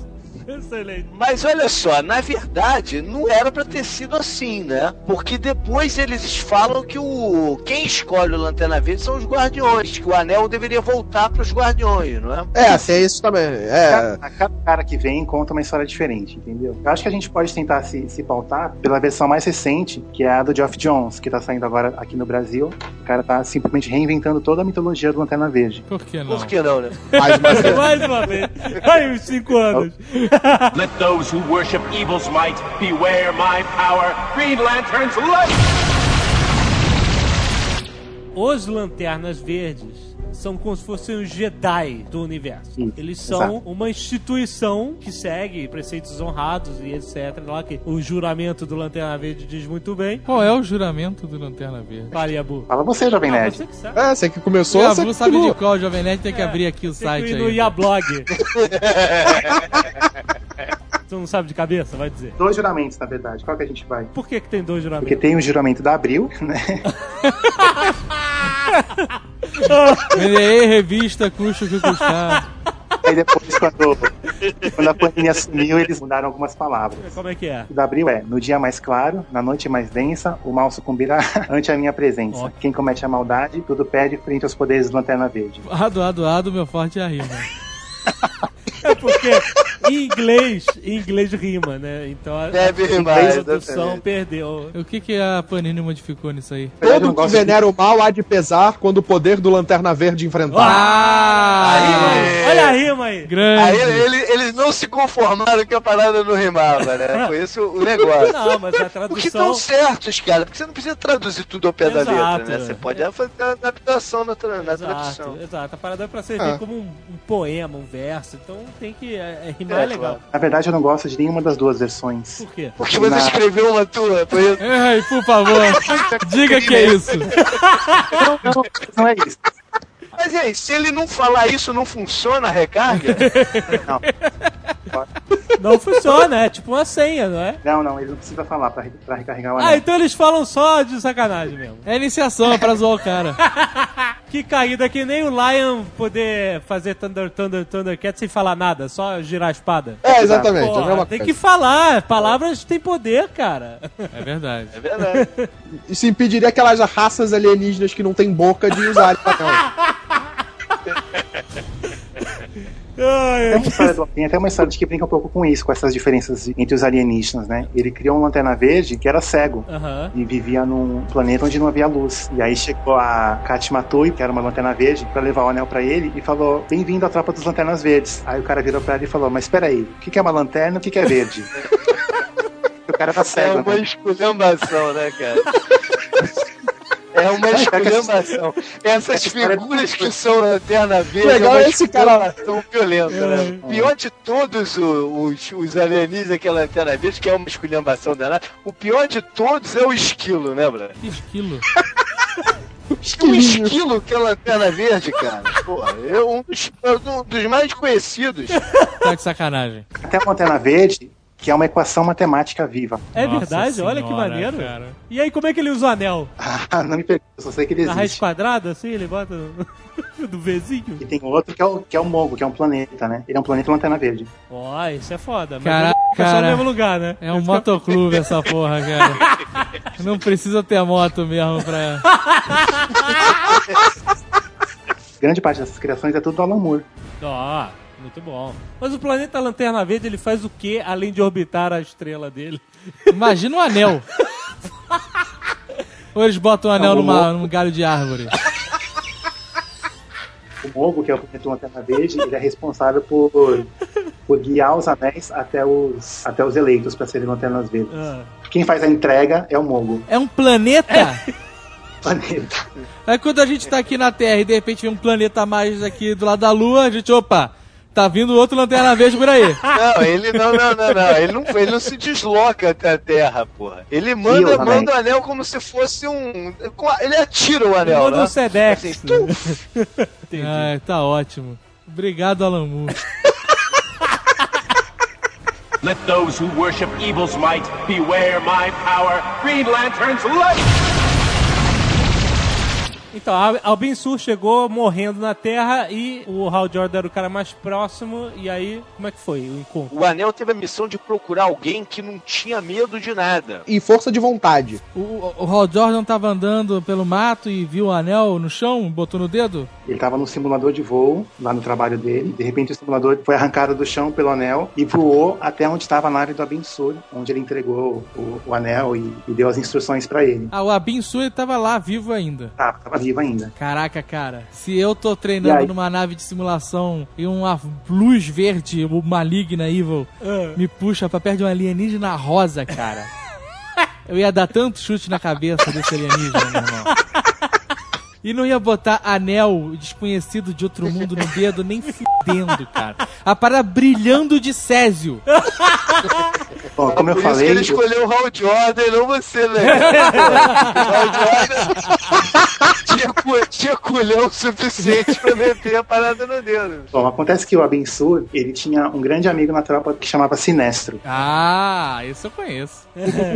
S2: excelente.
S3: Mas olha só, na verdade, não era pra ter sido assim, né? Porque depois eles falam que o quem escolhe o Lanterna Verde são os Guardiões, que o anel deveria voltar pros Guardiões, não é?
S5: É, assim, é isso também. É.
S4: A cada cara que vem conta uma história diferente, entendeu? Eu acho que a gente pode tentar se, se pautar pela versão mais recente, que é a do Geoff Jones, que tá saindo agora aqui no Brasil. O cara tá simplesmente reinventando toda a mitologia do Lanterna Verde.
S6: Por que não?
S3: Por que não, né?
S5: Mais uma vez.
S2: Mais uma vez. Aí, os cinco anos.
S8: Let those who worship evil's might beware my power. Green Lantern's light!
S2: Os Lanternas Verdes são como se fossem os Jedi do universo.
S4: Sim,
S2: Eles são uma instituição que segue preceitos honrados e etc. Lá que o juramento do Lanterna Verde diz muito bem.
S6: Qual é o juramento do Lanterna Verde?
S2: Fale, Abu.
S4: Fala você, Jovem
S2: Ah,
S4: Nerd.
S2: você que sabe.
S5: É, você que
S6: O
S5: começou, você
S6: Abu
S5: que
S6: sabe de
S5: continua.
S6: qual, o Jovem Nerd tem que abrir aqui o
S2: É, Tem que
S6: site
S2: ir no
S6: aí.
S2: Iablog. tu não sabe de cabeça, vai dizer.
S4: Dois juramentos, na verdade. Qual que a gente vai?
S2: Por que, que tem dois juramentos?
S4: Porque tem o juramento da Abril, (laughs) né?
S6: Vendei é revista, custa o que custar.
S4: Aí depois, quando, quando a pandemia sumiu, eles mudaram algumas palavras.
S2: Como é que é?
S4: O da Abril é, no dia mais claro, na noite mais densa, o mal sucumbirá (laughs) ante a minha presença.
S2: Ótimo.
S4: Quem comete a maldade, tudo perde frente aos poderes do Lanterna Verde.
S6: Ado, ado, ado, meu forte é a rima.
S2: É porque em inglês, em inglês rima, né? Então a,
S3: Deve rimar,
S2: a tradução
S3: É, exatamente.
S2: perdeu.
S6: O que, que a Panini modificou nisso aí?
S4: verdade, eu não
S5: Todo que
S4: gosto de-
S5: venera o mal há de pesar quando o poder do Lanterna Verde enfrentar.
S6: Ah!
S3: Aí,
S2: Olha a rima aí.
S3: Aí
S6: Grande!
S3: ele- ele- eles não se conformaram que a parada não rimava, né? Foi isso o negócio.
S2: Não, mas a
S3: O que estão
S2: tradução.
S3: certos, cara, porque você não precisa traduzir tudo ao pé da
S2: Exato,
S3: letra, né? Você
S2: é.
S3: pode fazer a adaptação na, tra- na
S2: Exato,
S3: tradução.
S2: exato. A parada é pra servir
S5: Ah.
S2: como um, um poema, um verso. Então tem que. É, é, rimar é,
S3: É,
S2: legal.
S4: Na verdade, eu não gosto de nenhuma das duas versões.
S2: Por quê?
S3: Porque você
S4: Na-
S3: escreveu uma tua, foi isso?
S6: Ei, (laughs) por favor, diga que é isso.
S4: Não é isso.
S3: Mas e aí, se ele não falar isso, não funciona a
S5: (laughs)
S3: recarga?
S4: Não.
S2: Não funciona, é tipo uma senha, não é?
S4: Não, não, ele não precisa falar pra, re- pra recarregar o anel.
S2: Ah, então eles falam só de sacanagem mesmo.
S6: É iniciação, é pra zoar o cara.
S2: (laughs) Que caída, que nem o Lion poder fazer Thunder, Thunder, Thundercat sem falar nada, só girar a espada.
S5: É, exatamente. é a
S2: Porra,
S5: mesma
S2: tem
S5: coisa.
S2: que falar, palavras têm poder, cara.
S6: É verdade.
S3: É verdade.
S5: Isso impediria aquelas raças alienígenas que não tem boca de usar anel.
S2: Ai,
S4: Tem, uma história do- tem até uma história de que brinca um pouco com isso, com essas diferenças de- entre os alienígenas, né? Ele criou um lanterna verde que era cego.
S2: Aham.
S4: E vivia num planeta onde não havia luz. E aí chegou a Kat Matui, que era uma lanterna verde, pra levar o anel pra ele e falou: Bem-vindo à tropa dos lanternas verdes. Aí o cara virou pra ele e falou: Mas peraí, o que que é uma lanterna e o que que é verde? (laughs) o cara tá
S3: É
S4: cego,
S3: uma
S4: né?
S3: esculhambação, né, cara? É uma esculhambação. Essas figuras que são lanterna verde
S5: é Legal
S3: é uma
S5: esse cara.
S3: esculhambação violenta, né?
S2: É.
S3: Pior de todos o- os, os alienígenas que é lanterna verde, que é uma esculhambação danada, o pior de todos é o esquilo, né, Bran?
S6: Que esquilo.
S3: O esquilo que é lanterna verde, cara. Porra, é um dos, é um dos mais conhecidos.
S6: Tá de sacanagem.
S4: Até a lanterna verde, que é uma equação matemática viva. (laughs)
S2: É
S6: Nossa
S2: verdade, olha que
S6: senhora,
S2: maneiro.
S6: cara.
S2: E aí, como é que ele usa o anel?
S4: Ah, não me pergunto, eu só sei que ele
S2: Na raiz
S4: existe.
S2: quadrada, assim, ele bota no- (laughs) do Vzinho?
S4: E tem outro que é, o, que é o Mogo, que é um planeta, né? Ele é um planeta lanterna verde.
S2: Ó, isso é foda. Mas
S6: Caraca,
S2: é só no
S6: cara.
S2: mesmo lugar, né?
S6: É um motoclube essa porra, cara. Não precisa ter moto mesmo pra.
S4: Grande parte dessas criações é tudo do Alan Moore.
S2: Ó, muito bom. Mas o planeta Lanterna Verde, ele faz o quê além de orbitar a estrela dele?
S6: Imagina
S2: (laughs)
S6: um anel. Ou eles botam um anel
S2: Tá
S4: Não, o
S6: numa, num galho de árvore.
S4: O Mogo, que é o planeta lanterna verde, ele é responsável por, por guiar os anéis até os, até os eleitos para serem lanternas verdes.
S2: Ah.
S4: Quem faz a entrega é o Mogo,
S6: É um planeta?
S2: É.
S4: o planeta.
S6: Aí quando a gente tá aqui na Terra e de repente vem um planeta a mais aqui do lado da Lua, a gente, opa, tá vindo outro lanterna verde por aí.
S3: Não, ele não, não, não, não. Ele não, ele não se desloca até a Terra, porra. Ele manda,
S4: Viu,
S3: manda
S4: também.
S3: o anel como se fosse um. com a- Ele atira o
S2: Ele
S3: anel,
S2: manda
S3: né?
S2: um Sedex.
S3: Assim,
S2: né?
S3: tum.
S2: Entendi.
S6: (laughs) Ai, tá ótimo. Obrigado, Alan Moore.
S8: Let those who worship evil's might beware my power. Green Lantern's light!
S2: Então, Al- Albin Sur chegou morrendo na Terra e o Hal Jordan era o cara mais próximo. E aí, como é que foi o encontro?
S3: O anel teve a missão de procurar alguém que não tinha medo de nada.
S5: E força de vontade.
S6: O, o, o Hal Jordan tava andando pelo mato e viu o anel no chão, botou no dedo?
S4: Ele estava num simulador de voo, lá no trabalho dele. De repente, o simulador foi arrancado do chão pelo anel e voou até onde estava a nave do Abinsur, onde ele entregou o, o anel e, e deu as instruções para ele.
S6: Ah, o Abin Sur tava lá, vivo ainda.
S4: Tava, tava vivo ainda.
S6: Caraca, cara, se eu tô
S4: E
S6: treinando
S4: aí?
S6: numa nave de simulação e uma luz verde maligna, evil,
S2: Ah.
S6: me puxa pra perto de um alienígena rosa, cara. Eu ia dar tanto chute na cabeça desse alienígena, meu irmão. E não ia botar anel desconhecido de outro mundo no dedo, nem fudendo, cara. A parada brilhando de Césio.
S4: Bom, como eu
S3: É Por isso que
S4: falei,
S3: ele escolheu o Hal Jordan e não você, (laughs) né? o Hal Jordan (laughs) tinha, cu- tinha culhão suficiente pra meter a parada no dedo.
S4: Bom, acontece que o Abensur, ele tinha um grande amigo na tropa que chamava Sinestro,
S6: Ah, isso eu conheço.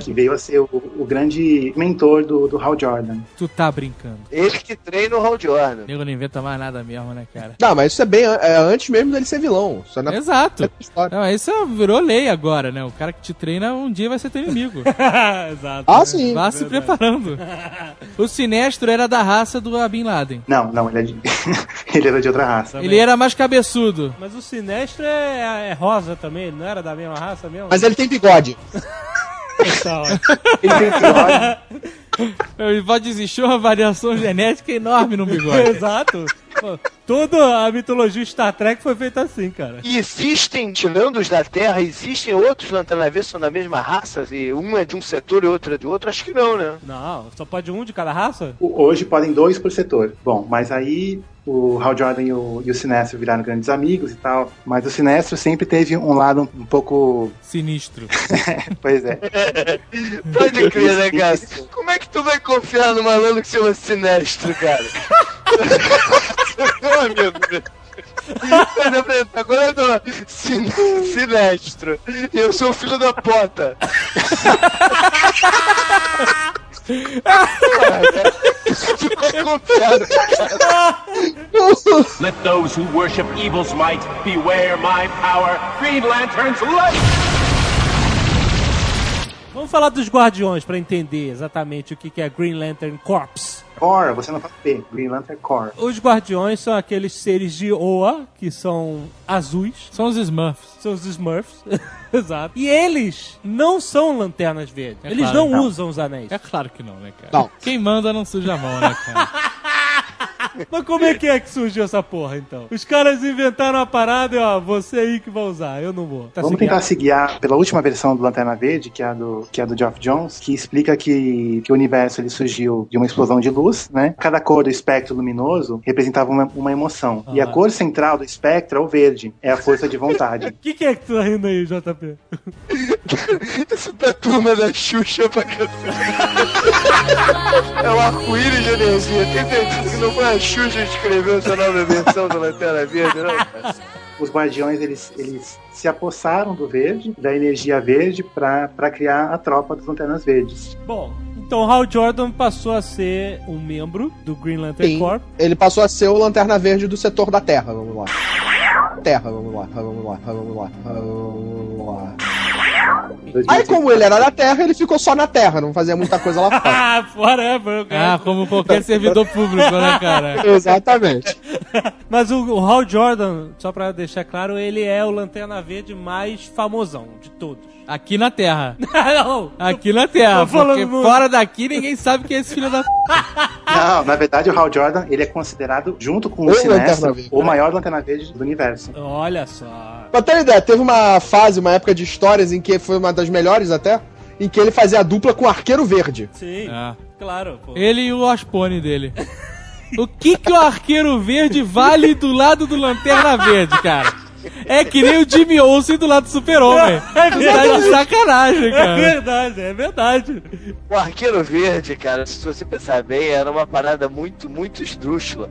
S4: que veio a ser o, o grande mentor do, do Hal Jordan.
S6: Tu tá brincando.
S3: Ele que treina o Hal Jordan.
S6: O nego não inventa mais nada mesmo, né, cara?
S5: Não, mas isso é bem an- é antes mesmo dele ser vilão. Isso é na
S6: Exato.
S5: história.
S6: Não, isso virou lei agora, né? O cara que te treina um dia vai ser teu inimigo.
S2: Exato.
S5: Ah, sim.
S6: Vá se preparando. O Sinestro era da raça do Bin Laden.
S4: Não, não, ele, é de- (laughs) ele era de outra raça.
S2: Também.
S6: Ele era mais cabeçudo.
S2: Mas o Sinestro é, é rosa também, ele não era da mesma raça mesmo?
S5: Mas ele tem bigode.
S2: Tá, ó.
S4: Ele tem bigode,
S6: Ele pode existir uma
S2: (laughs)
S6: variação genética enorme no bigode.
S2: Exato. Pô, Toda a mitologia Star Trek foi feita assim, cara.
S3: E existem, tirando os da Terra, existem outros lanterna que são da mesma raça? E um é de um setor e outro é de outro? Acho que não, (laughs) né?
S2: Não, só pode um de cada raça?
S4: o- hoje podem dois por setor. Bom, mas aí o Hal Jordan e o, e o Sinestro viraram grandes amigos e tal, mas o Sinestro sempre teve um lado um, um pouco...
S6: Sinistro.
S4: Pois é. (laughs)
S3: Pode crer, né, cara? Como é que tu vai confiar no malandro que chama Sinestro, cara? Meu amigo. Mas apresenta- Agora eu tô sin sinestro. Eu sou o filho da pota. (laughs) Isso é complicado.
S8: Let those who worship evil's might beware my power. Green Lantern's light!
S2: Vamos falar dos Guardiões pra entender exatamente o que que é Green Lantern Corps.
S4: Core, você não fala P. Green Lantern é Core.
S2: Os Guardiões são aqueles seres de Oa, que são azuis,
S6: São os Smurfs.
S2: são os Smurfs, (laughs) exato. E eles não são lanternas verdes,
S6: É
S2: eles
S6: claro,
S2: não, usam os anéis.
S6: É claro que não, né, cara?
S5: Não.
S6: Quem manda não suja a mão, né, cara?
S2: Mas como é que é que surgiu essa porra, então? Os caras inventaram a parada e, ó, você aí que vai usar, eu não vou. Tá
S4: Vamos
S2: seguindo?
S4: tentar se guiar pela última versão do Lanterna Verde, que é a do, que é a do Geoff Jones, que explica que, que o universo ele surgiu de uma explosão de luz, né? Cada cor do espectro luminoso representava uma, uma emoção.
S2: Ah.
S4: E a cor central do espectro é o verde, é a força
S2: (laughs)
S4: de vontade.
S2: O que, que é que tu tá rindo aí, JP?
S3: Isso (laughs) da turma da Xuxa pra cacete. É um arco-íris de energia. Tem certeza que não foi a Xuxa que escreveu essa nova versão do Lanterna Verde, não? cara?
S4: Os guardiões, eles, eles se apossaram do verde, da energia verde, para criar a tropa dos Lanternas Verdes.
S2: Bom, então Hal Jordan passou a ser um membro do Green Lantern
S5: Sim.
S2: Corps.
S5: Ele passou a ser o Lanterna Verde do setor da Terra, vamos lá. Terra, vamos lá, vamos lá, vamos lá, vamos lá. Aí como ele era da Terra, ele ficou só na Terra, não fazia muita coisa lá
S4: (laughs)
S5: fora.
S2: Ah, forever, cara.
S6: Ah, como qualquer servidor público, né,
S2: (laughs)
S6: cara?
S5: Exatamente.
S2: Mas o, o Hal Jordan, só pra deixar claro, ele é o Lanterna Verde mais famosão de todos. Ah,
S6: Aqui na
S2: (laughs)
S6: Terra.
S2: Não,
S6: Aqui na Terra.
S2: Tô falando
S6: Porque
S2: muito.
S6: fora daqui ninguém sabe quem é esse filho da...
S2: Ah!
S4: Não, na verdade, o Hal Jordan, ele é considerado, junto com
S5: O
S4: o Sinestro,
S5: Lanterna Verde,
S4: o
S5: né?
S4: maior Lanterna Verde do universo.
S2: Olha só.
S5: Pra ter uma ideia, teve uma fase, uma época de histórias em que foi uma das melhores até, em que ele fazia a dupla com o Arqueiro Verde.
S2: Sim,
S6: Ah.
S2: claro, pô.
S6: Ele e o Aspone dele. O que que o Arqueiro Verde vale do lado do Lanterna Verde, cara? É que nem o Jimmy Olsen do lado do Super-Homem.
S2: (laughs) É
S6: Você tá de
S2: verdade.
S6: sacanagem,
S2: É
S6: cara.
S2: verdade, é verdade.
S3: O Arqueiro Verde, cara, se você pensar bem, era uma parada muito, muito esdrúxula.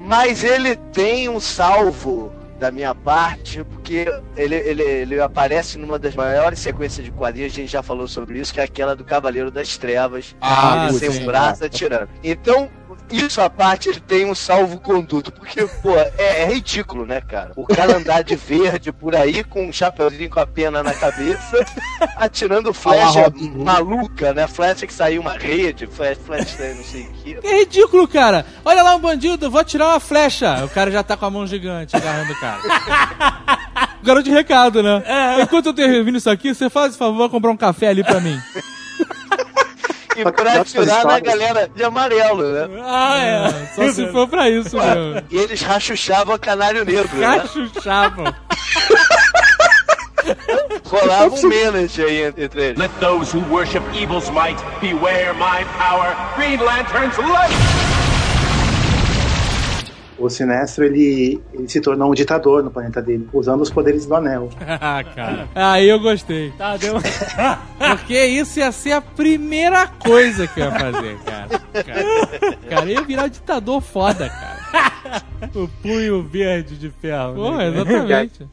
S3: Mas ele tem um salvo da minha parte, porque ele, ele, ele aparece numa das maiores sequências de quadrinhos, a gente já falou sobre isso, que é aquela do Cavaleiro das Trevas,
S5: Ah,
S3: ele sem
S5: sim.
S3: um braço atirando. Então, isso à parte, ele tem um salvo-conduto, porque, pô, é, é ridículo, né, cara? O cara andar de verde por aí, com um chapeuzinho com a pena na cabeça, atirando
S5: Ah,
S3: flecha
S5: Robin Hood.
S3: maluca, né? Flecha que saiu uma rede, fle- flecha saiu não sei o que.
S6: Que ridículo, cara. Olha lá um bandido, vou atirar uma flecha. O cara já tá com a mão gigante agarrando
S2: (laughs)
S6: o cara. Garoto de recado, né?
S2: É.
S6: Enquanto eu termino isso aqui, você faz o favor de comprar um café ali pra mim.
S3: E pra atirar na galera de amarelo, né?
S2: Ah, é.
S6: Só se for pra isso, meu.
S3: E eles rachuchavam canário negro, né?
S6: Cachuchavam.
S3: Rolava um menos aí entre entre eles.
S8: Let those who worship evil's might beware my power. Green Lantern's light!
S4: O Sinestro, ele, ele se tornou um ditador no planeta dele, usando os poderes do anel.
S6: (laughs) Ah, cara. Aí eu gostei.
S2: Tá, deu...
S6: Porque isso ia ser a primeira coisa que eu ia fazer, cara. Cara, cara eu ia virar um ditador foda, cara.
S2: o punho verde de ferro.
S6: Pô,
S2: né?
S6: exatamente.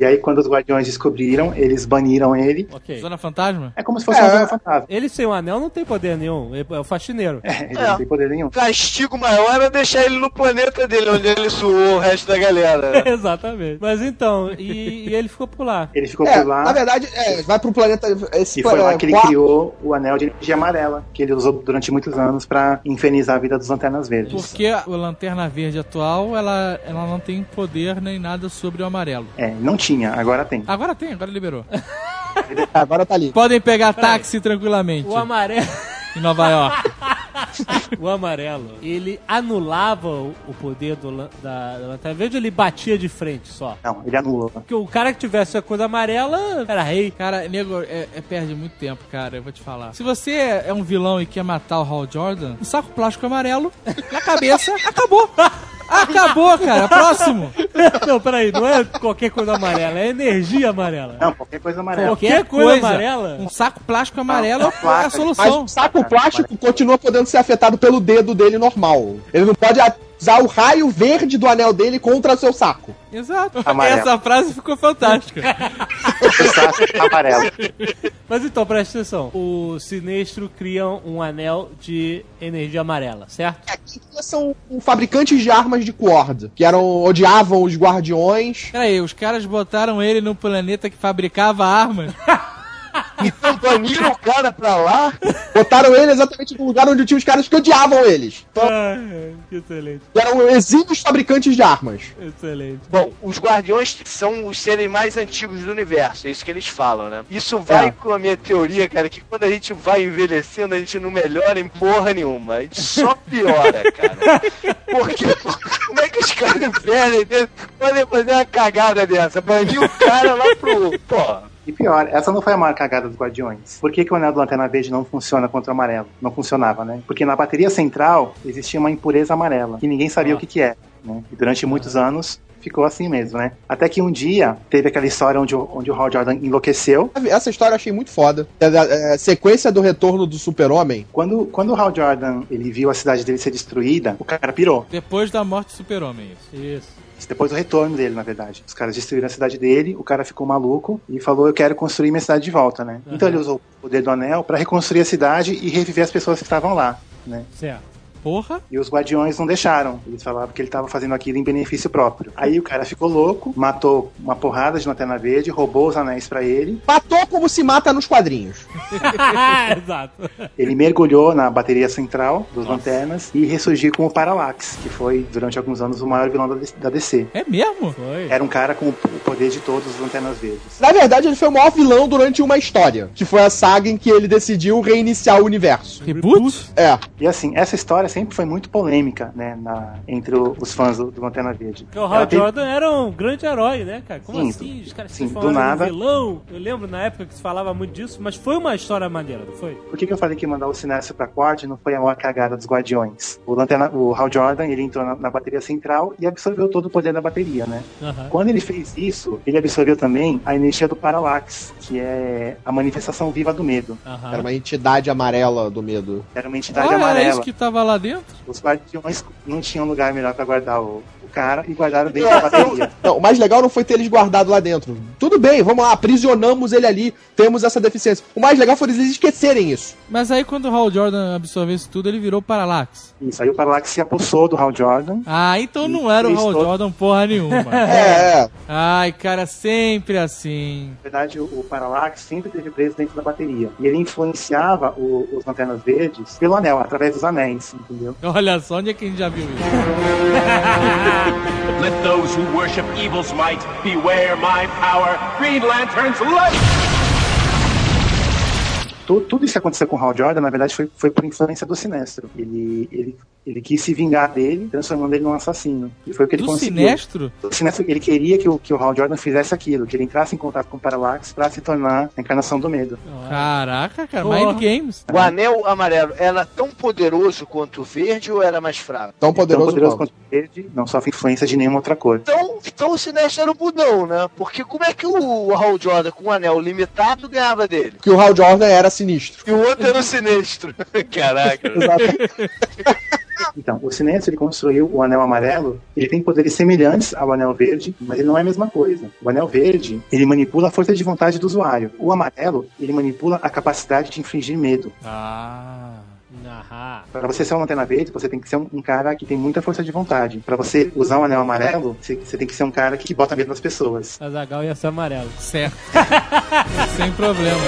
S4: E aí, quando os guardiões descobriram, eles baniram ele.
S2: Ok.
S6: Zona Fantasma?
S4: É como se fosse
S5: É.
S4: uma zona fantasma.
S2: Ele sem o anel não tem poder nenhum. Ele é o faxineiro.
S4: (laughs) Ele
S5: É.
S4: não tem poder nenhum.
S3: O castigo maior era deixar ele no planeta dele, onde ele suou o resto da galera. né?
S2: (laughs) Exatamente. Mas então, e, e ele ficou por lá.
S4: Ele ficou
S5: É,
S4: por lá
S5: na verdade, é, vai pro planeta. Esse
S4: e foi lá
S5: é,
S4: que ele
S5: quarto-
S4: criou o anel de energia amarela, que ele usou durante muitos anos pra infernizar a vida dos Lanternas Verdes.
S6: Porque a Lanterna Verde atual, ela, ela não tem poder nem nada sobre o amarelo.
S4: É, não tinha, agora tem.
S6: Agora tem, agora liberou.
S5: Agora tá ali.
S6: Podem pegar táxi tranquilamente
S2: O amarelo.
S6: em Nova York.
S2: (laughs) O amarelo, ele anulava o o poder do, lan- da, da lanterna verde, ele batia de frente só.
S4: Não, ele anulou.
S2: Porque o cara que tivesse a coisa amarela era rei.
S6: Cara, nego, é, é- perde muito tempo, cara, eu vou te falar. Se você é um vilão e quer matar o Hal Jordan, um saco plástico amarelo na cabeça, (laughs) acabou. Acabou, cara, próximo.
S2: Não, peraí, não é qualquer coisa amarela, é energia amarela.
S4: Não, qualquer coisa amarela.
S2: Qualquer coisa amarela?
S6: Um saco plástico amarelo é a
S4: placa.
S5: Mas
S6: solução.
S5: o saco plástico continua podendo ser afetado pelo dedo dele normal. Ele não pode a- usar o raio verde do anel dele contra seu saco.
S6: Exato.
S4: Amarelo.
S6: Essa frase ficou fantástica.
S4: Exato, amarelo.
S2: Mas então, presta atenção. O Sinestro cria um anel de energia amarela, certo?
S5: Aqui são fabricantes de armas de corda, que eram odiavam os guardiões.
S6: Peraí, os caras botaram ele no planeta que fabricava armas?
S3: Então baniram o cara pra lá?
S5: Botaram ele exatamente no lugar onde tinha os caras que odiavam eles.
S2: Ah, que excelente,
S5: Que eram exímios fabricantes de armas.
S2: excelente.
S3: Bom, os guardiões são os seres mais antigos do universo, é isso que eles falam, né? Isso vai
S5: É.
S3: com a minha teoria, cara, que quando a gente vai envelhecendo, a gente não melhora em porra nenhuma. A gente só piora, cara. Porque como é que os caras envelhecem? né? Podem fazer uma cagada dessa. Banir o cara lá pro. Porra.
S4: E pior, essa não foi a maior cagada dos Guardiões. Por que, que o anel do Lanterna Verde não funciona contra o amarelo? Não funcionava, né? Porque na bateria central existia uma impureza amarela, que ninguém sabia o que, que era. Né? E durante muitos anos ficou assim mesmo, né? Até que um dia teve aquela história onde, o- onde o Hal Jordan enlouqueceu.
S5: Essa história eu achei muito foda. É da- é, sequência do retorno do super-homem.
S4: Quando, quando o Hal Jordan ele viu a cidade dele ser destruída, o cara pirou.
S6: Depois da morte do super-homem, isso.
S2: Isso.
S4: Isso Depois do retorno dele, na verdade. Os caras destruíram a cidade dele, o cara ficou maluco e falou: Eu quero construir minha cidade de volta, né? Então ele usou o poder do anel pra reconstruir a cidade e reviver as pessoas que estavam lá, né?
S2: Certo.
S6: Porra?
S4: E os guardiões não deixaram. Eles falavam que ele estava fazendo aquilo em benefício próprio. Aí o cara ficou louco, matou uma porrada de lanterna verde, roubou os anéis pra ele.
S5: Matou como se mata nos quadrinhos.
S2: Ah, (laughs) Exato.
S4: Ele mergulhou na bateria central dos lanternas e ressurgiu como Parallax, que foi durante alguns anos o maior vilão da da DC.
S6: É mesmo?
S2: Foi.
S4: Era um cara com o poder de todos os lanternas verdes.
S5: Na verdade, ele foi o maior vilão durante uma história, que foi a saga em que ele decidiu reiniciar o universo.
S6: Reboot?
S5: É,
S4: E assim, essa história sempre foi muito polêmica, né, na- entre o- os fãs do, do Lanterna Verde.
S2: Porque o
S4: Ela
S2: Hal
S4: teve-
S2: Jordan era um grande herói, né, cara? Como
S4: Sim,
S2: assim? Os caras
S4: sim,
S2: se
S4: do
S2: falaram
S4: nada.
S2: vilão. Eu lembro na época que se falava muito disso, mas foi uma história maneira, não foi?
S4: Por que, que eu falei que mandar o Sinestro pra corte não foi a maior cagada dos Guardiões? O, Lanterna, o Hal Jordan, ele entrou na, na bateria central e absorveu todo o poder da bateria, né?
S2: Aham.
S4: Quando ele fez isso, ele absorveu também a energia do Parallax, que é a manifestação viva do medo.
S2: Aham.
S5: era uma entidade amarela do medo.
S4: Era uma entidade
S6: Ah, era
S4: amarela.
S6: isso que tava lá dentro?
S4: Os Guardiões não tinham lugar melhor pra guardar o, o cara e guardaram dentro da bateria.
S5: Não, o mais legal não foi ter eles guardado lá dentro. Tudo bem, vamos lá, aprisionamos ele ali, temos essa deficiência. O mais legal foi eles esquecerem isso.
S6: Mas aí quando o Hal Jordan absorveu isso tudo, ele virou Parallax.
S4: Isso, aí o Parallax se apossou do Hal Jordan.
S6: Ah, então não era o Hal
S4: Estou-
S6: Jordan porra
S4: (laughs)
S6: nenhuma.
S5: É, é.
S6: Ai, cara, sempre assim.
S4: Na verdade, o, o Parallax sempre teve preso dentro da bateria. E ele influenciava o- os Lanternas Verdes pelo anel, através dos anéis, entendeu?
S6: Olha só, onde é que a gente já viu isso?
S8: Let those who worship evil's might beware my power. Green Lantern's light!
S4: Tu- tudo isso que aconteceu com o Hal Jordan, na verdade, foi, foi por influência do Sinestro. Ele, ele, ele quis se vingar dele, transformando ele num assassino. E foi o que ele
S6: Do
S4: conseguiu.
S6: Sinestro?
S4: O Sinestro, ele queria que o, que o Hal Jordan fizesse aquilo, que ele entrasse em contato com o Parallax pra se tornar a encarnação do medo.
S6: Caraca, cara,
S2: Porra.
S6: Mind Games.
S3: O anel amarelo era tão poderoso quanto o verde ou era mais fraco?
S5: Tão poderoso,
S4: Tão poderoso
S5: quanto.
S4: quanto o verde, não sofre influência de nenhuma outra cor.
S3: Então, então o Sinestro era um budão, né? Porque como é que o Hal Jordan com um anel limitado ganhava dele?
S5: que o Hal Jordan era sinistro.
S3: E o outro era o Sinestro. (laughs) Caraca.
S4: Então, o Sinestro ele construiu o Anel Amarelo. Ele tem poderes semelhantes ao Anel Verde, mas ele não é a mesma coisa. O Anel Verde ele manipula a força de vontade do usuário. O Amarelo ele manipula a capacidade de infligir medo.
S6: Ah.
S2: Aham.
S4: Para você ser uma lanterna verde, você tem que ser um, um cara que tem muita força de vontade. Para você usar o Anel Amarelo, você, você tem que ser um cara que bota medo nas pessoas.
S2: Azagal ia ser amarelo.
S6: Certo. Sem problema.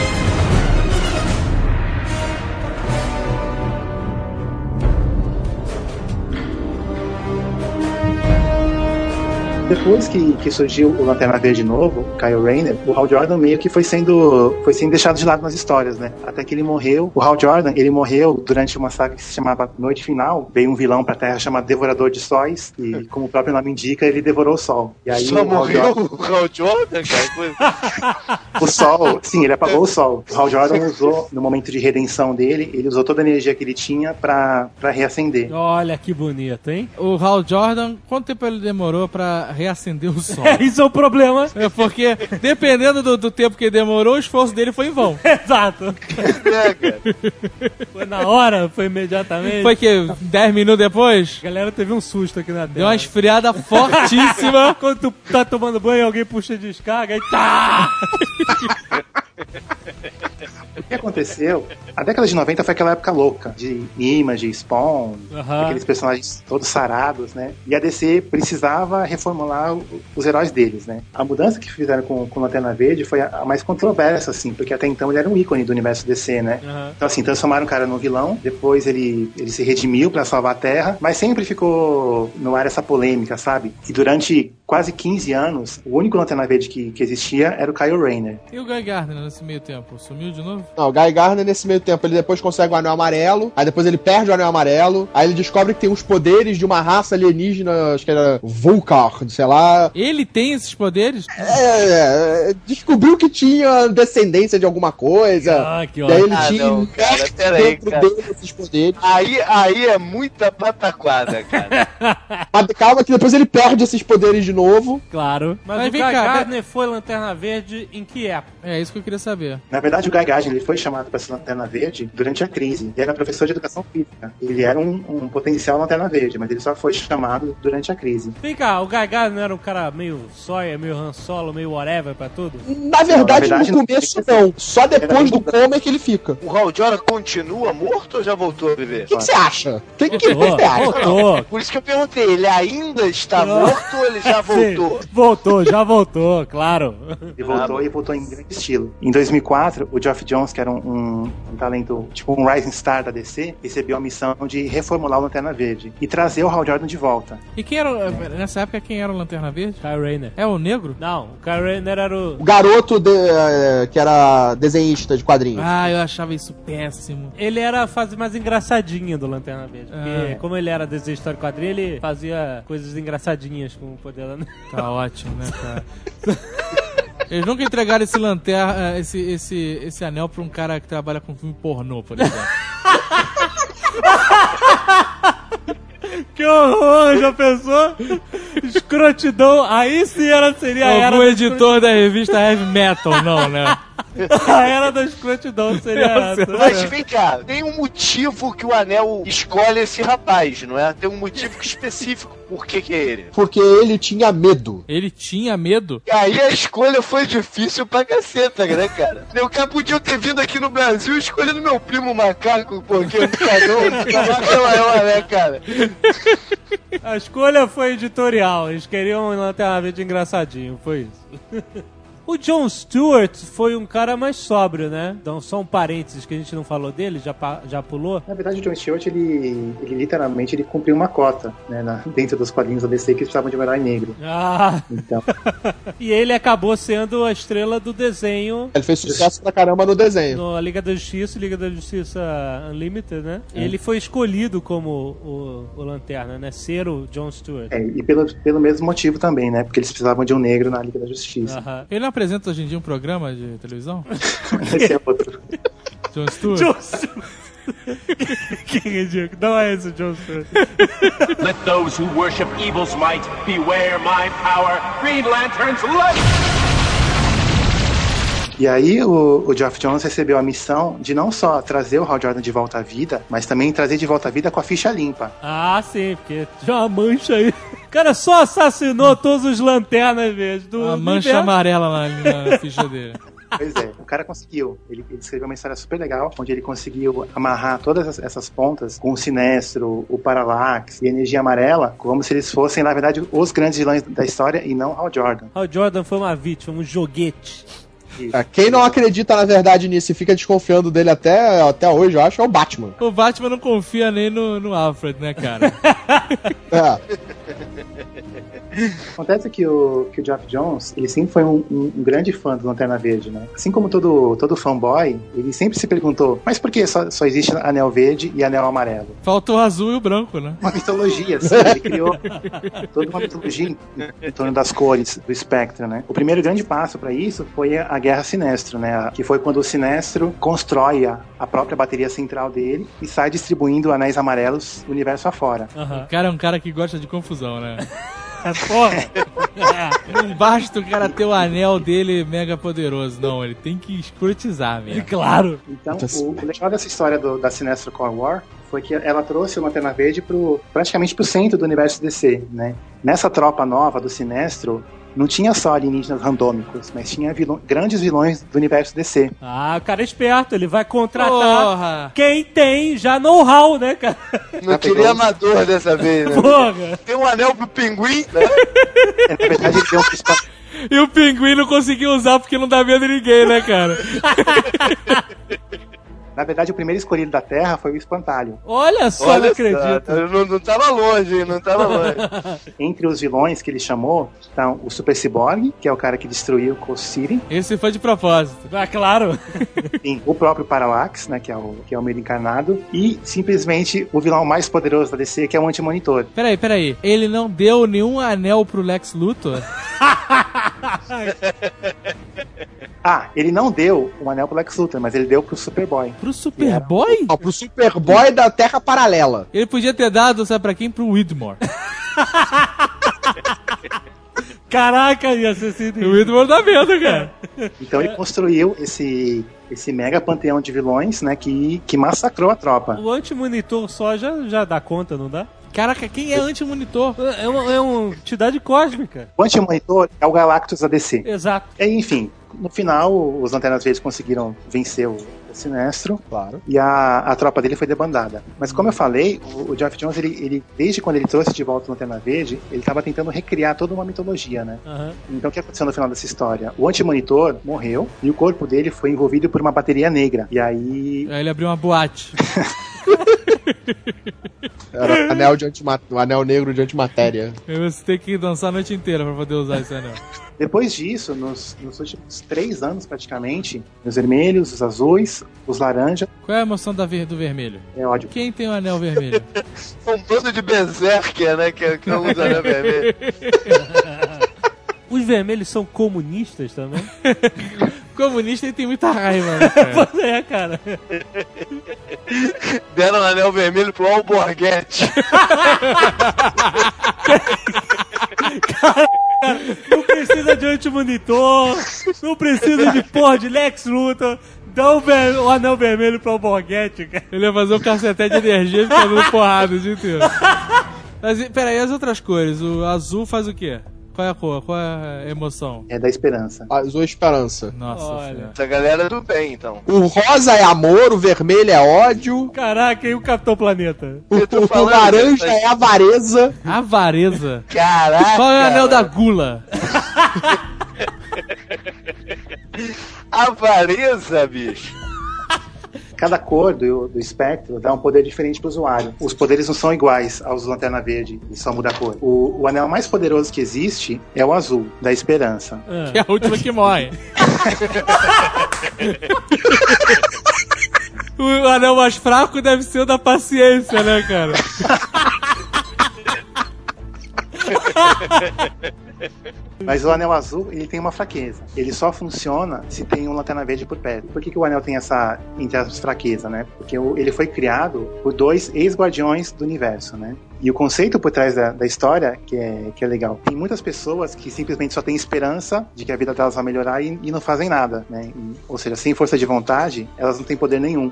S4: Depois que, que surgiu o Lanterna Verde novo, o Kyle Rayner, o Hal Jordan meio que foi sendo, foi sendo deixado de lado nas histórias, né? Até que ele morreu. O Hal Jordan, ele morreu durante uma saga que se chamava Noite Final. Veio um vilão pra Terra chamado Devorador de Sóis e, como o próprio nome indica, ele devorou o Sol. E aí
S3: Só
S4: o, Hal
S3: morreu
S4: Jordan,
S3: o Hal Jordan, cara? Coisa- (laughs)
S4: o Sol, sim, ele apagou o Sol. O Hal Jordan usou, no momento de redenção dele, ele usou toda a energia que ele tinha pra pra
S6: (laughs)
S4: reacender.
S2: Olha que bonito, hein?
S6: O Hal Jordan, quanto tempo ele demorou pra reacender o sol. (laughs)
S2: Isso é o problema.
S6: É porque, dependendo do, do tempo que demorou, o esforço dele foi em vão.
S2: (laughs) Exato.
S3: É, cara.
S2: Foi na hora, foi imediatamente.
S6: Foi que 10 minutos depois,
S2: A galera teve um susto aqui na
S6: deu
S2: tela.
S6: uma esfriada fortíssima.
S2: (laughs) Quando tu tá tomando banho e alguém puxa a descarga, aí tá!
S4: O que aconteceu? A década de 90 foi aquela época louca de Image, Spawn,
S2: Aham.
S4: aqueles personagens todos sarados, né? E a DC precisava reformular o- os heróis deles, né? A mudança que fizeram com, com Lanterna Verde foi a, a mais controversa, assim, porque até então ele era um ícone do universo DC, né? Então, assim, transformaram o cara num vilão, depois ele, ele se redimiu pra salvar a Terra, mas sempre ficou no ar essa polêmica, sabe? E durante quase 15 anos, o único Lanterna Verde que, que existia era o Kyle Rayner.
S6: E o Guy Gardner nesse meio tempo? Sumiu de novo?
S5: (laughs) Não, o Guy Gardner, nesse meio tempo, ele depois consegue o anel amarelo, aí depois ele perde o anel amarelo, aí ele descobre que tem uns poderes de uma raça alienígena, acho que era Vulcar, sei lá.
S6: Ele tem esses poderes?
S5: É, é, descobriu que tinha descendência de alguma coisa.
S2: Ah, que
S5: e aí
S2: ótimo.
S5: ele
S3: Ah,
S5: tinha um
S3: não, cara,
S5: dentro
S3: peraí, cara.
S5: dele esses poderes.
S3: Aí, aí é muita pataquada, cara.
S5: Mas Ah, calma que depois ele perde esses poderes de novo.
S2: Claro. Mas,
S6: Mas
S2: o
S6: vem
S2: Guy
S6: cá,
S2: Gardner foi Lanterna Verde em que época?
S6: É isso que eu queria saber.
S4: Na verdade, o Guy Gardner, ele foi chamado para ser Lanterna Verde durante a crise. Ele era professor de educação física. Ele era um, um potencial Lanterna Verde, mas ele só foi chamado durante a crise.
S2: Vem cá, o Guy Gardner era um cara meio sóia, meio Han Solo, meio whatever pra tudo?
S5: Na verdade,
S4: verdade,
S5: no
S4: não.
S5: começo não. Só depois do coma é que ele fica.
S3: (laughs) O Hal Jordan continua morto ou já voltou a viver? É
S5: O que que você acha? O que, que, que
S2: Voltou,
S5: você acha?
S2: voltou.
S3: Por isso que eu perguntei, ele ainda está morto ou ele já
S2: (laughs)
S3: voltou?
S2: Sim, voltou, já voltou, claro.
S4: Ele voltou e voltou em grande estilo. Em 2004, o Geoff Jones, que era um, um- um talento, tipo um rising star da DC, recebeu a missão de reformular o Lanterna Verde e trazer o Hal Jordan de volta.
S6: E quem era. o- Nessa época, quem era o Lanterna Verde?
S2: Kyle Rayner.
S6: É o negro?
S2: Não, o Kyle Rayner era o...
S5: O garoto de- eh, que era desenhista de quadrinhos.
S6: Ah, eu achava isso péssimo.
S2: Ele era a fase mais engraçadinha do Lanterna Verde. Porque,
S6: Ah.
S2: como ele era desenho história quadrinho, ele fazia coisas engraçadinhas com o poder da. (laughs)
S6: Tá ótimo, né, cara? (laughs) Eles nunca entregaram esse lanterna, eh, esse, esse, esse anel pra um cara que trabalha com filme pornô, por (laughs) exemplo.
S2: Que horror, já pensou? Escrotidão, aí sim era, seria a era,
S6: Algum
S2: da
S6: editor da revista Heavy Metal, não, né?
S2: escroti- a era da escrotidão, seria essa.
S3: Mas vem cá, tem um motivo que o anel escolhe esse rapaz, não é? Tem um motivo específico por que, que é ele.
S5: Porque ele tinha medo.
S6: Ele tinha medo?
S3: E aí a escolha foi difícil pra caceta, né, cara? Meu cara podia ter vindo aqui no Brasil escolhendo meu primo macaco, porque o cagão tava maior, né, cara?
S2: A escolha foi editorial, eles queriam um Lanterna Verde engraçadinho, foi isso. (laughs) O John Stewart foi um cara mais sóbrio, né? Então, só um parênteses que a gente não falou dele, já, pa- já pulou.
S4: Na verdade, o John Stewart, ele, ele literalmente ele cumpriu uma cota né, na- dentro dos quadrinhos da DC que precisavam de um herói negro.
S2: Ah,
S4: Então, (laughs)
S2: e ele acabou sendo a estrela do desenho
S5: Ele fez sucesso pra caramba no desenho.
S2: No Liga da Justiça, Liga da Justiça Unlimited, né? Ele foi escolhido como o, o Lanterna, né? Ser o John Stewart.
S4: é, e pelo, pelo mesmo motivo também, né? Porque eles precisavam de um negro na Liga da Justiça.
S2: Aham.
S6: Ele
S2: (laughs)
S6: não apresenta hoje em dia um programa de televisão? um
S4: Esse é outro.
S6: John Stewart?
S2: John Stewart! que ridículo. Não é esse o John Stewart.
S8: Let those who worship evil's might beware my power. Green Lantern's light!
S4: E aí o, o Geoff Jones recebeu a missão de não só trazer o Hal Jordan de volta à vida, mas também trazer de volta à vida com a ficha limpa.
S2: Ah, sim, porque tinha uma mancha aí. O cara só assassinou todos os lanternas, velho. do
S6: A mancha é
S2: universo.
S6: amarela lá na, na ficha dele.
S4: Pois é, o cara conseguiu. Ele, ele escreveu uma história super legal, onde ele conseguiu amarrar todas as- essas pontas com o Sinestro, o Parallax e a Energia Amarela, como se eles fossem, na verdade, os grandes vilões da história e não Hal Jordan.
S2: Ah, O Jordan foi uma vítima, um joguete.
S5: É, Quem não acredita na verdade nisso e fica desconfiando dele até, até hoje, eu acho, é o Batman.
S6: (laughs) O Batman não confia nem no, no Alfred, né, cara?
S5: É.
S4: Acontece que o, que o Geoff Jones, ele sempre foi um, um- um grande fã do Lanterna Verde, né? Assim como todo, todo fanboy, ele sempre se perguntou, mas por que só, só existe anel verde e anel amarelo?
S6: Faltou o azul e o branco, né?
S4: uma mitologia, assim, ele criou toda uma mitologia em, em torno das cores do espectro, né? O primeiro grande passo para isso foi a a Guerra Sinestro, né? A- Que foi quando o Sinestro constrói a, a própria bateria central dele e sai distribuindo anéis amarelos universo afora.
S6: O cara é um cara que gosta de confusão, né?
S2: (laughs) Porra.
S6: (laughs) Não basta o cara ter o anel dele mega poderoso, não. Ele tem que escrotizar mesmo.
S2: Claro.
S4: Então,
S5: Puta
S4: o, o legal dessa história do- da Sinestro Core War foi que ela trouxe o Lanterna Verde pro, praticamente pro centro do universo DC, né? Nessa tropa nova do Sinestro, não tinha só alienígenas randômicos, mas tinha vilão- grandes vilões do universo DC.
S2: Ah, o cara é esperto, ele vai contratar
S6: Porra!
S2: quem tem já know-how, né,
S3: (laughs)
S2: cara?
S3: Não queria amador dessa vez, né?
S2: Porra.
S3: Tem um anel pro pinguim, né?
S4: Na verdade, ele deu um cristal
S6: E o pinguim não conseguiu usar porque não dá medo de ninguém, né, cara?
S4: Na verdade, o primeiro escolhido da Terra foi o Espantalho.
S2: Olha só, não
S3: Olha só,
S2: acredito.
S3: tá- não, não tava longe, hein? não tava longe.
S4: Entre os vilões que ele chamou estão o Super Cyborg, que é o cara que destruiu o Coast City,
S6: Esse foi de propósito.
S2: Ah, claro.
S4: tem o próprio Parallax, né, que é o, que é o medo encarnado, e simplesmente o vilão mais poderoso da DC, que é o Antimonitor.
S6: Peraí, peraí. Ele não deu nenhum anel pro Lex Luthor?
S4: Ah, ele não deu o anel pro Lex Luthor, mas ele deu pro Superboy.
S6: Pro Superboy?
S5: Ó, pro Superboy da Terra Paralela.
S6: Ele podia ter dado, sabe pra quem? Pro Widmore.
S2: (laughs) Caraca, ia ser
S6: o
S2: sinistro.
S6: Widmore dá medo, cara.
S4: Então ele construiu esse, esse mega panteão de vilões, né, que, que massacrou a tropa.
S2: O anti-monitor só já, já dá conta, não dá?
S6: Caraca, quem é anti-monitor?
S2: É uma, é uma entidade cósmica.
S4: O Antimonitor é o Galactus da DC.
S2: Exato.
S4: E, É, enfim, no final, os Lanternas Verdes conseguiram vencer o o Sinestro.
S5: Claro.
S4: e a, a tropa dele foi debandada. Mas como eu falei, o, o Geoff Jones, ele, ele, desde quando ele trouxe de volta o Lanterna Verde, ele estava tentando recriar toda uma mitologia, né?
S2: Aham.
S4: Então o que aconteceu no final dessa história? O antimonitor morreu e o corpo dele foi envolvido por uma bateria negra. E aí...
S6: Aí ele abriu uma boate.
S3: (laughs)
S5: Era o anel, de antima- o anel negro de antimatéria.
S6: Aí você tem que dançar a noite inteira pra poder usar esse anel.
S4: Depois disso, nos, nos últimos três anos praticamente, os vermelhos, os azuis, os laranja,
S6: Qual é a emoção da ver do vermelho?
S4: é ódio.
S6: Quem tem o anel vermelho?
S3: Um bando de berserker, né? Que, que não usa anel vermelho.
S2: (laughs) Os vermelhos são comunistas também? (laughs)
S6: Comunista ele tem muita raiva, né, cara?
S2: Pois é, cara.
S3: Deram um anel vermelho pro Alborguete.
S2: Não precisa de anti-monitor, não precisa de porra de Lex Luthor. Dá o, ver- o anel vermelho pra o Borghetti, cara.
S6: Ele ia fazer um caceté de energia e ficar dando porrada o dia inteiro. Mas e- peraí, as outras cores? O azul faz o quê? Qual é a cor? Qual é a emoção?
S4: É da esperança.
S5: Azul é esperança.
S6: Nossa
S2: Olha.
S6: senhora.
S3: Essa galera é do bem, então.
S5: O rosa é amor, o vermelho é ódio,
S2: Caraca, e o Capitão Planeta?
S5: o,
S3: Eu tô
S5: o- o
S3: falando, gente.
S5: laranja é avareza.
S6: (laughs) Avareza.
S3: Caraca!
S6: Qual é o anel da gula?
S3: Avareza, bicho.
S4: Cada cor do, do espectro dá um poder diferente pro usuário. Os poderes não são iguais aos do Lanterna Verde, e só muda a cor. O, o anel mais poderoso que existe é o azul, da esperança.
S6: Que é a última que morre. (laughs) O anel mais fraco deve ser o da paciência, né, cara?
S4: Mas o anel azul, ele tem uma fraqueza. Ele só funciona se tem um Lanterna Verde por perto. Por que, que o anel tem essa, entre aspas, fraqueza, né? Porque o- ele foi criado por dois ex-guardiões do universo, né? E o conceito por trás da, da história, que é, que é legal, tem muitas pessoas que simplesmente só têm esperança de que a vida delas vai melhorar e, e não fazem nada, né? E- ou seja, sem força de vontade, elas não têm poder nenhum.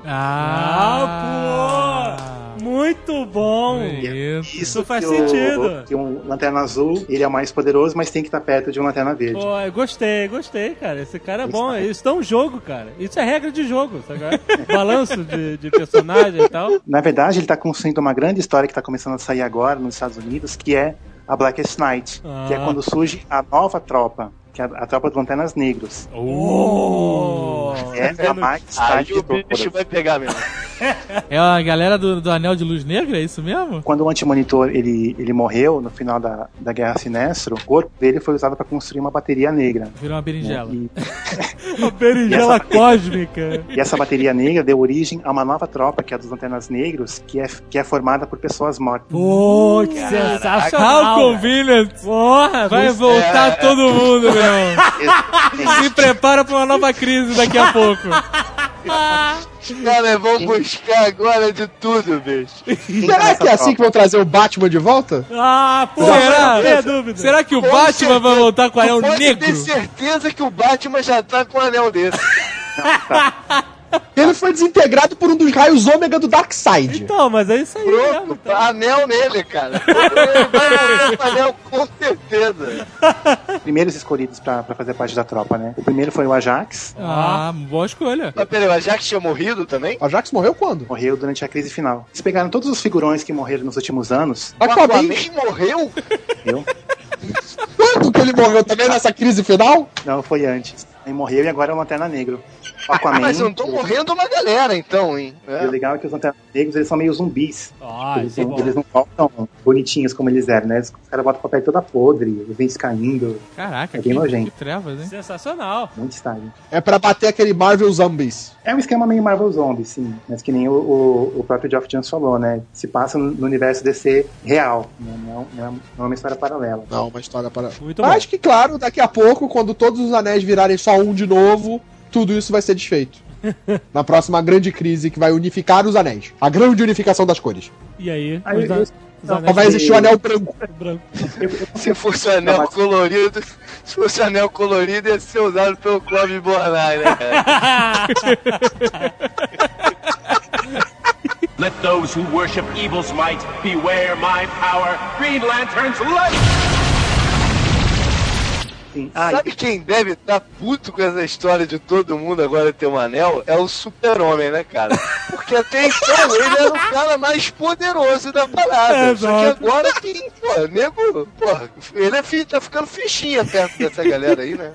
S2: Ah, pô! Muito bom!
S6: Isso.
S2: Isso faz
S4: que
S2: sentido.
S4: O, que um lanterna azul, ele é o mais poderoso, mas tem que estar perto de um lanterna verde.
S2: Pô, eu gostei, gostei, cara. Esse cara é bom. Isso é um jogo, cara. Isso é regra de jogo, sabe? qual é? Balanço de, de personagem e
S6: (laughs)
S2: tal.
S4: Na verdade, ele está construindo uma grande história que está começando a sair agora nos Estados Unidos, que é a Blackest Night,
S2: Ah.
S4: que é quando surge a nova tropa, que é a, a tropa dos lanternas negros.
S2: Oh.
S4: é a mais
S3: Aí
S4: tarde
S3: o
S4: de
S3: bicho
S4: todas.
S3: vai pegar mesmo.
S6: É a galera do, do anel de luz negra, é isso mesmo?
S4: Quando o Antimonitor ele, ele morreu no final da, da Guerra Sinestro, o corpo dele foi usado para construir uma bateria negra.
S6: Virou uma berinjela.
S4: E,
S2: Uma berinjela cósmica.
S4: e essa bateria negra deu origem a uma nova tropa, que é a dos Lanternas Negros, que é, que é formada por pessoas mortas.
S2: Pô, que
S6: How
S2: sensacional!
S6: convenient!
S2: Porra, É.
S6: Vai voltar todo mundo, meu irmão. Se prepara pra uma nova crise daqui a pouco.
S3: Os caras vão é buscar agora de tudo, bicho.
S5: Será que é assim que vão trazer o Batman de volta?
S2: Ah, pô,
S6: Será?
S2: não tem dúvida.
S6: Será que o
S3: Com
S6: Batman
S3: certeza.
S6: vai voltar com É o anel
S3: Pode
S6: negro?
S3: ter certeza que o Batman já tá com um anel desse.
S5: Ele foi desintegrado por um dos raios ômega do Darkseid.
S2: Então, mas é
S6: né?
S2: isso aí mesmo.
S6: (laughs)
S3: Pronto,
S6: tá.
S3: anel nele, cara. Ele vai voltar com anel com certeza.
S4: Primeiros escolhidos pra, pra fazer parte da tropa, né? O primeiro foi o Ajax,
S6: Ah, boa escolha.
S3: Mas peraí, mas já que tinha morrido também?
S5: O Ajax morreu quando?
S4: morreu durante a crise final. Eles pegaram todos os figurões que morreram nos últimos anos,
S3: O
S5: Aquaman,
S3: morreu? Ah,
S4: viu?
S5: quando que ele morreu também nessa crise final?
S4: Não, foi antes. Aí morreu e agora é o
S3: (laughs)
S4: Lanterna Negro. O Aquaman.
S3: Mas eu não tô morrendo uma galera, então, hein?
S4: E o legal é que os Lanternas Negros eles são meio zumbis.
S2: Ah,
S4: eles,
S2: isso é
S4: não-
S2: bom.
S4: eles não voltam bonitinhos como eles eram, né? Os caras botam com a pele toda podre, os dentes caindo,
S6: Caraca,
S4: É bem
S6: que,
S4: nojento.
S6: que trevas, hein?
S2: Sensacional.
S4: muito style.
S5: É pra bater aquele Marvel Zombies.
S4: É um esquema meio Marvel Zombie, sim. Mas que nem o, o, o próprio Geoff Jones falou, né? Se passa no no universo DC real, né? não, não, não é uma história paralela.
S5: Não, uma história para.
S2: Muito
S5: Mas que, claro, daqui a pouco, quando todos os anéis virarem só um de novo, tudo isso vai ser desfeito. Na próxima grande crise que vai unificar os anéis. A grande unificação das cores.
S2: bom. E aí?
S4: Aí,
S2: os da-
S4: eu-
S2: os
S4: não,
S5: Só
S2: anéis
S5: vai existir o anel branco.
S2: branco.
S3: Se fosse o anel colorido, se fosse o anel colorido, ia ser usado pelo Clóvis Bornai, né, cara?
S8: Let those who worship evil's might beware my power. Green Lantern's light!
S4: Sim. Ah,
S3: Sabe quem deve estar puto com essa história de todo mundo agora ter um anel? É o super-homem, né, cara? Porque até então ele era o cara mais poderoso da parada.
S2: É,
S3: Só que
S2: exato.
S3: agora que, pô, nego, pô, ele é fi- tá ficando fichinha perto dessa galera aí, né?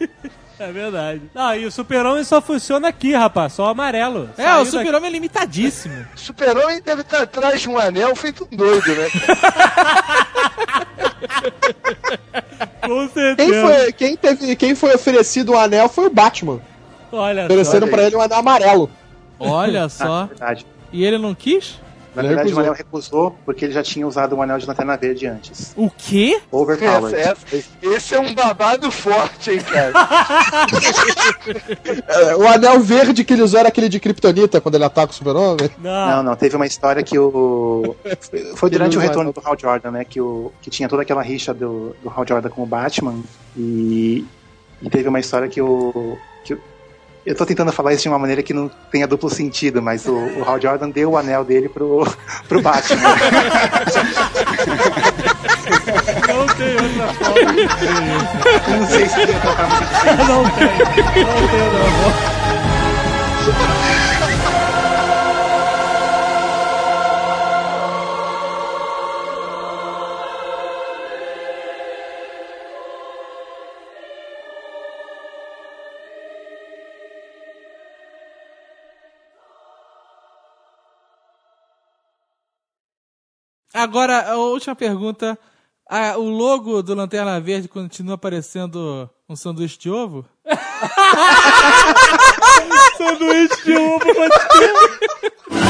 S2: É verdade. Ah, e o super-homem só funciona aqui, rapaz. Só amarelo.
S6: É,
S2: Saiu
S6: o super-homem é limitadíssimo.
S3: Super-homem deve estar atrás de um anel feito um doido, né?
S2: daqui, Com
S5: Quem
S2: certeza.
S5: foi, quem, teve, quem foi oferecido o anel foi o Batman.
S2: Olha só.
S5: Ofereceram pra ele um anel amarelo.
S6: Olha
S4: na
S6: só.
S4: verdade.
S6: E ele não quis?
S4: Na
S5: Ele
S4: verdade,
S5: recusou.
S4: o anel recusou porque ele já tinha usado o anel de lanterna verde antes.
S6: O quê?
S4: Overpowered.
S3: é Essa- essa- esse é um babado forte, hein, cara?
S5: É, O anel verde que ele usou era aquele de Kryptonita quando ele ataca o super-homem.
S2: Não.
S4: Não, não, teve uma história que o. Foi durante o
S5: Ele
S4: retorno do Hal Jordan, né? Que, o... que tinha toda aquela rixa do, do Hal Jordan com o Batman. E, e teve uma história que o. Que... o- Eu tô tentando falar isso de uma maneira que não tenha duplo sentido, mas o, o Hal Jordan deu o anel dele pro, (laughs) pro Batman.
S2: Não tem
S6: (laughs)
S2: outra forma.
S4: Eu não sei se ele ia tocar muito
S2: Não tem. Não tem outra forma.
S6: Agora, a última pergunta. Ah, o logo do Lanterna Verde continua parecendo um sanduíche
S2: (laughs)
S6: de ovo?
S2: sanduíche de ovo, mas tem.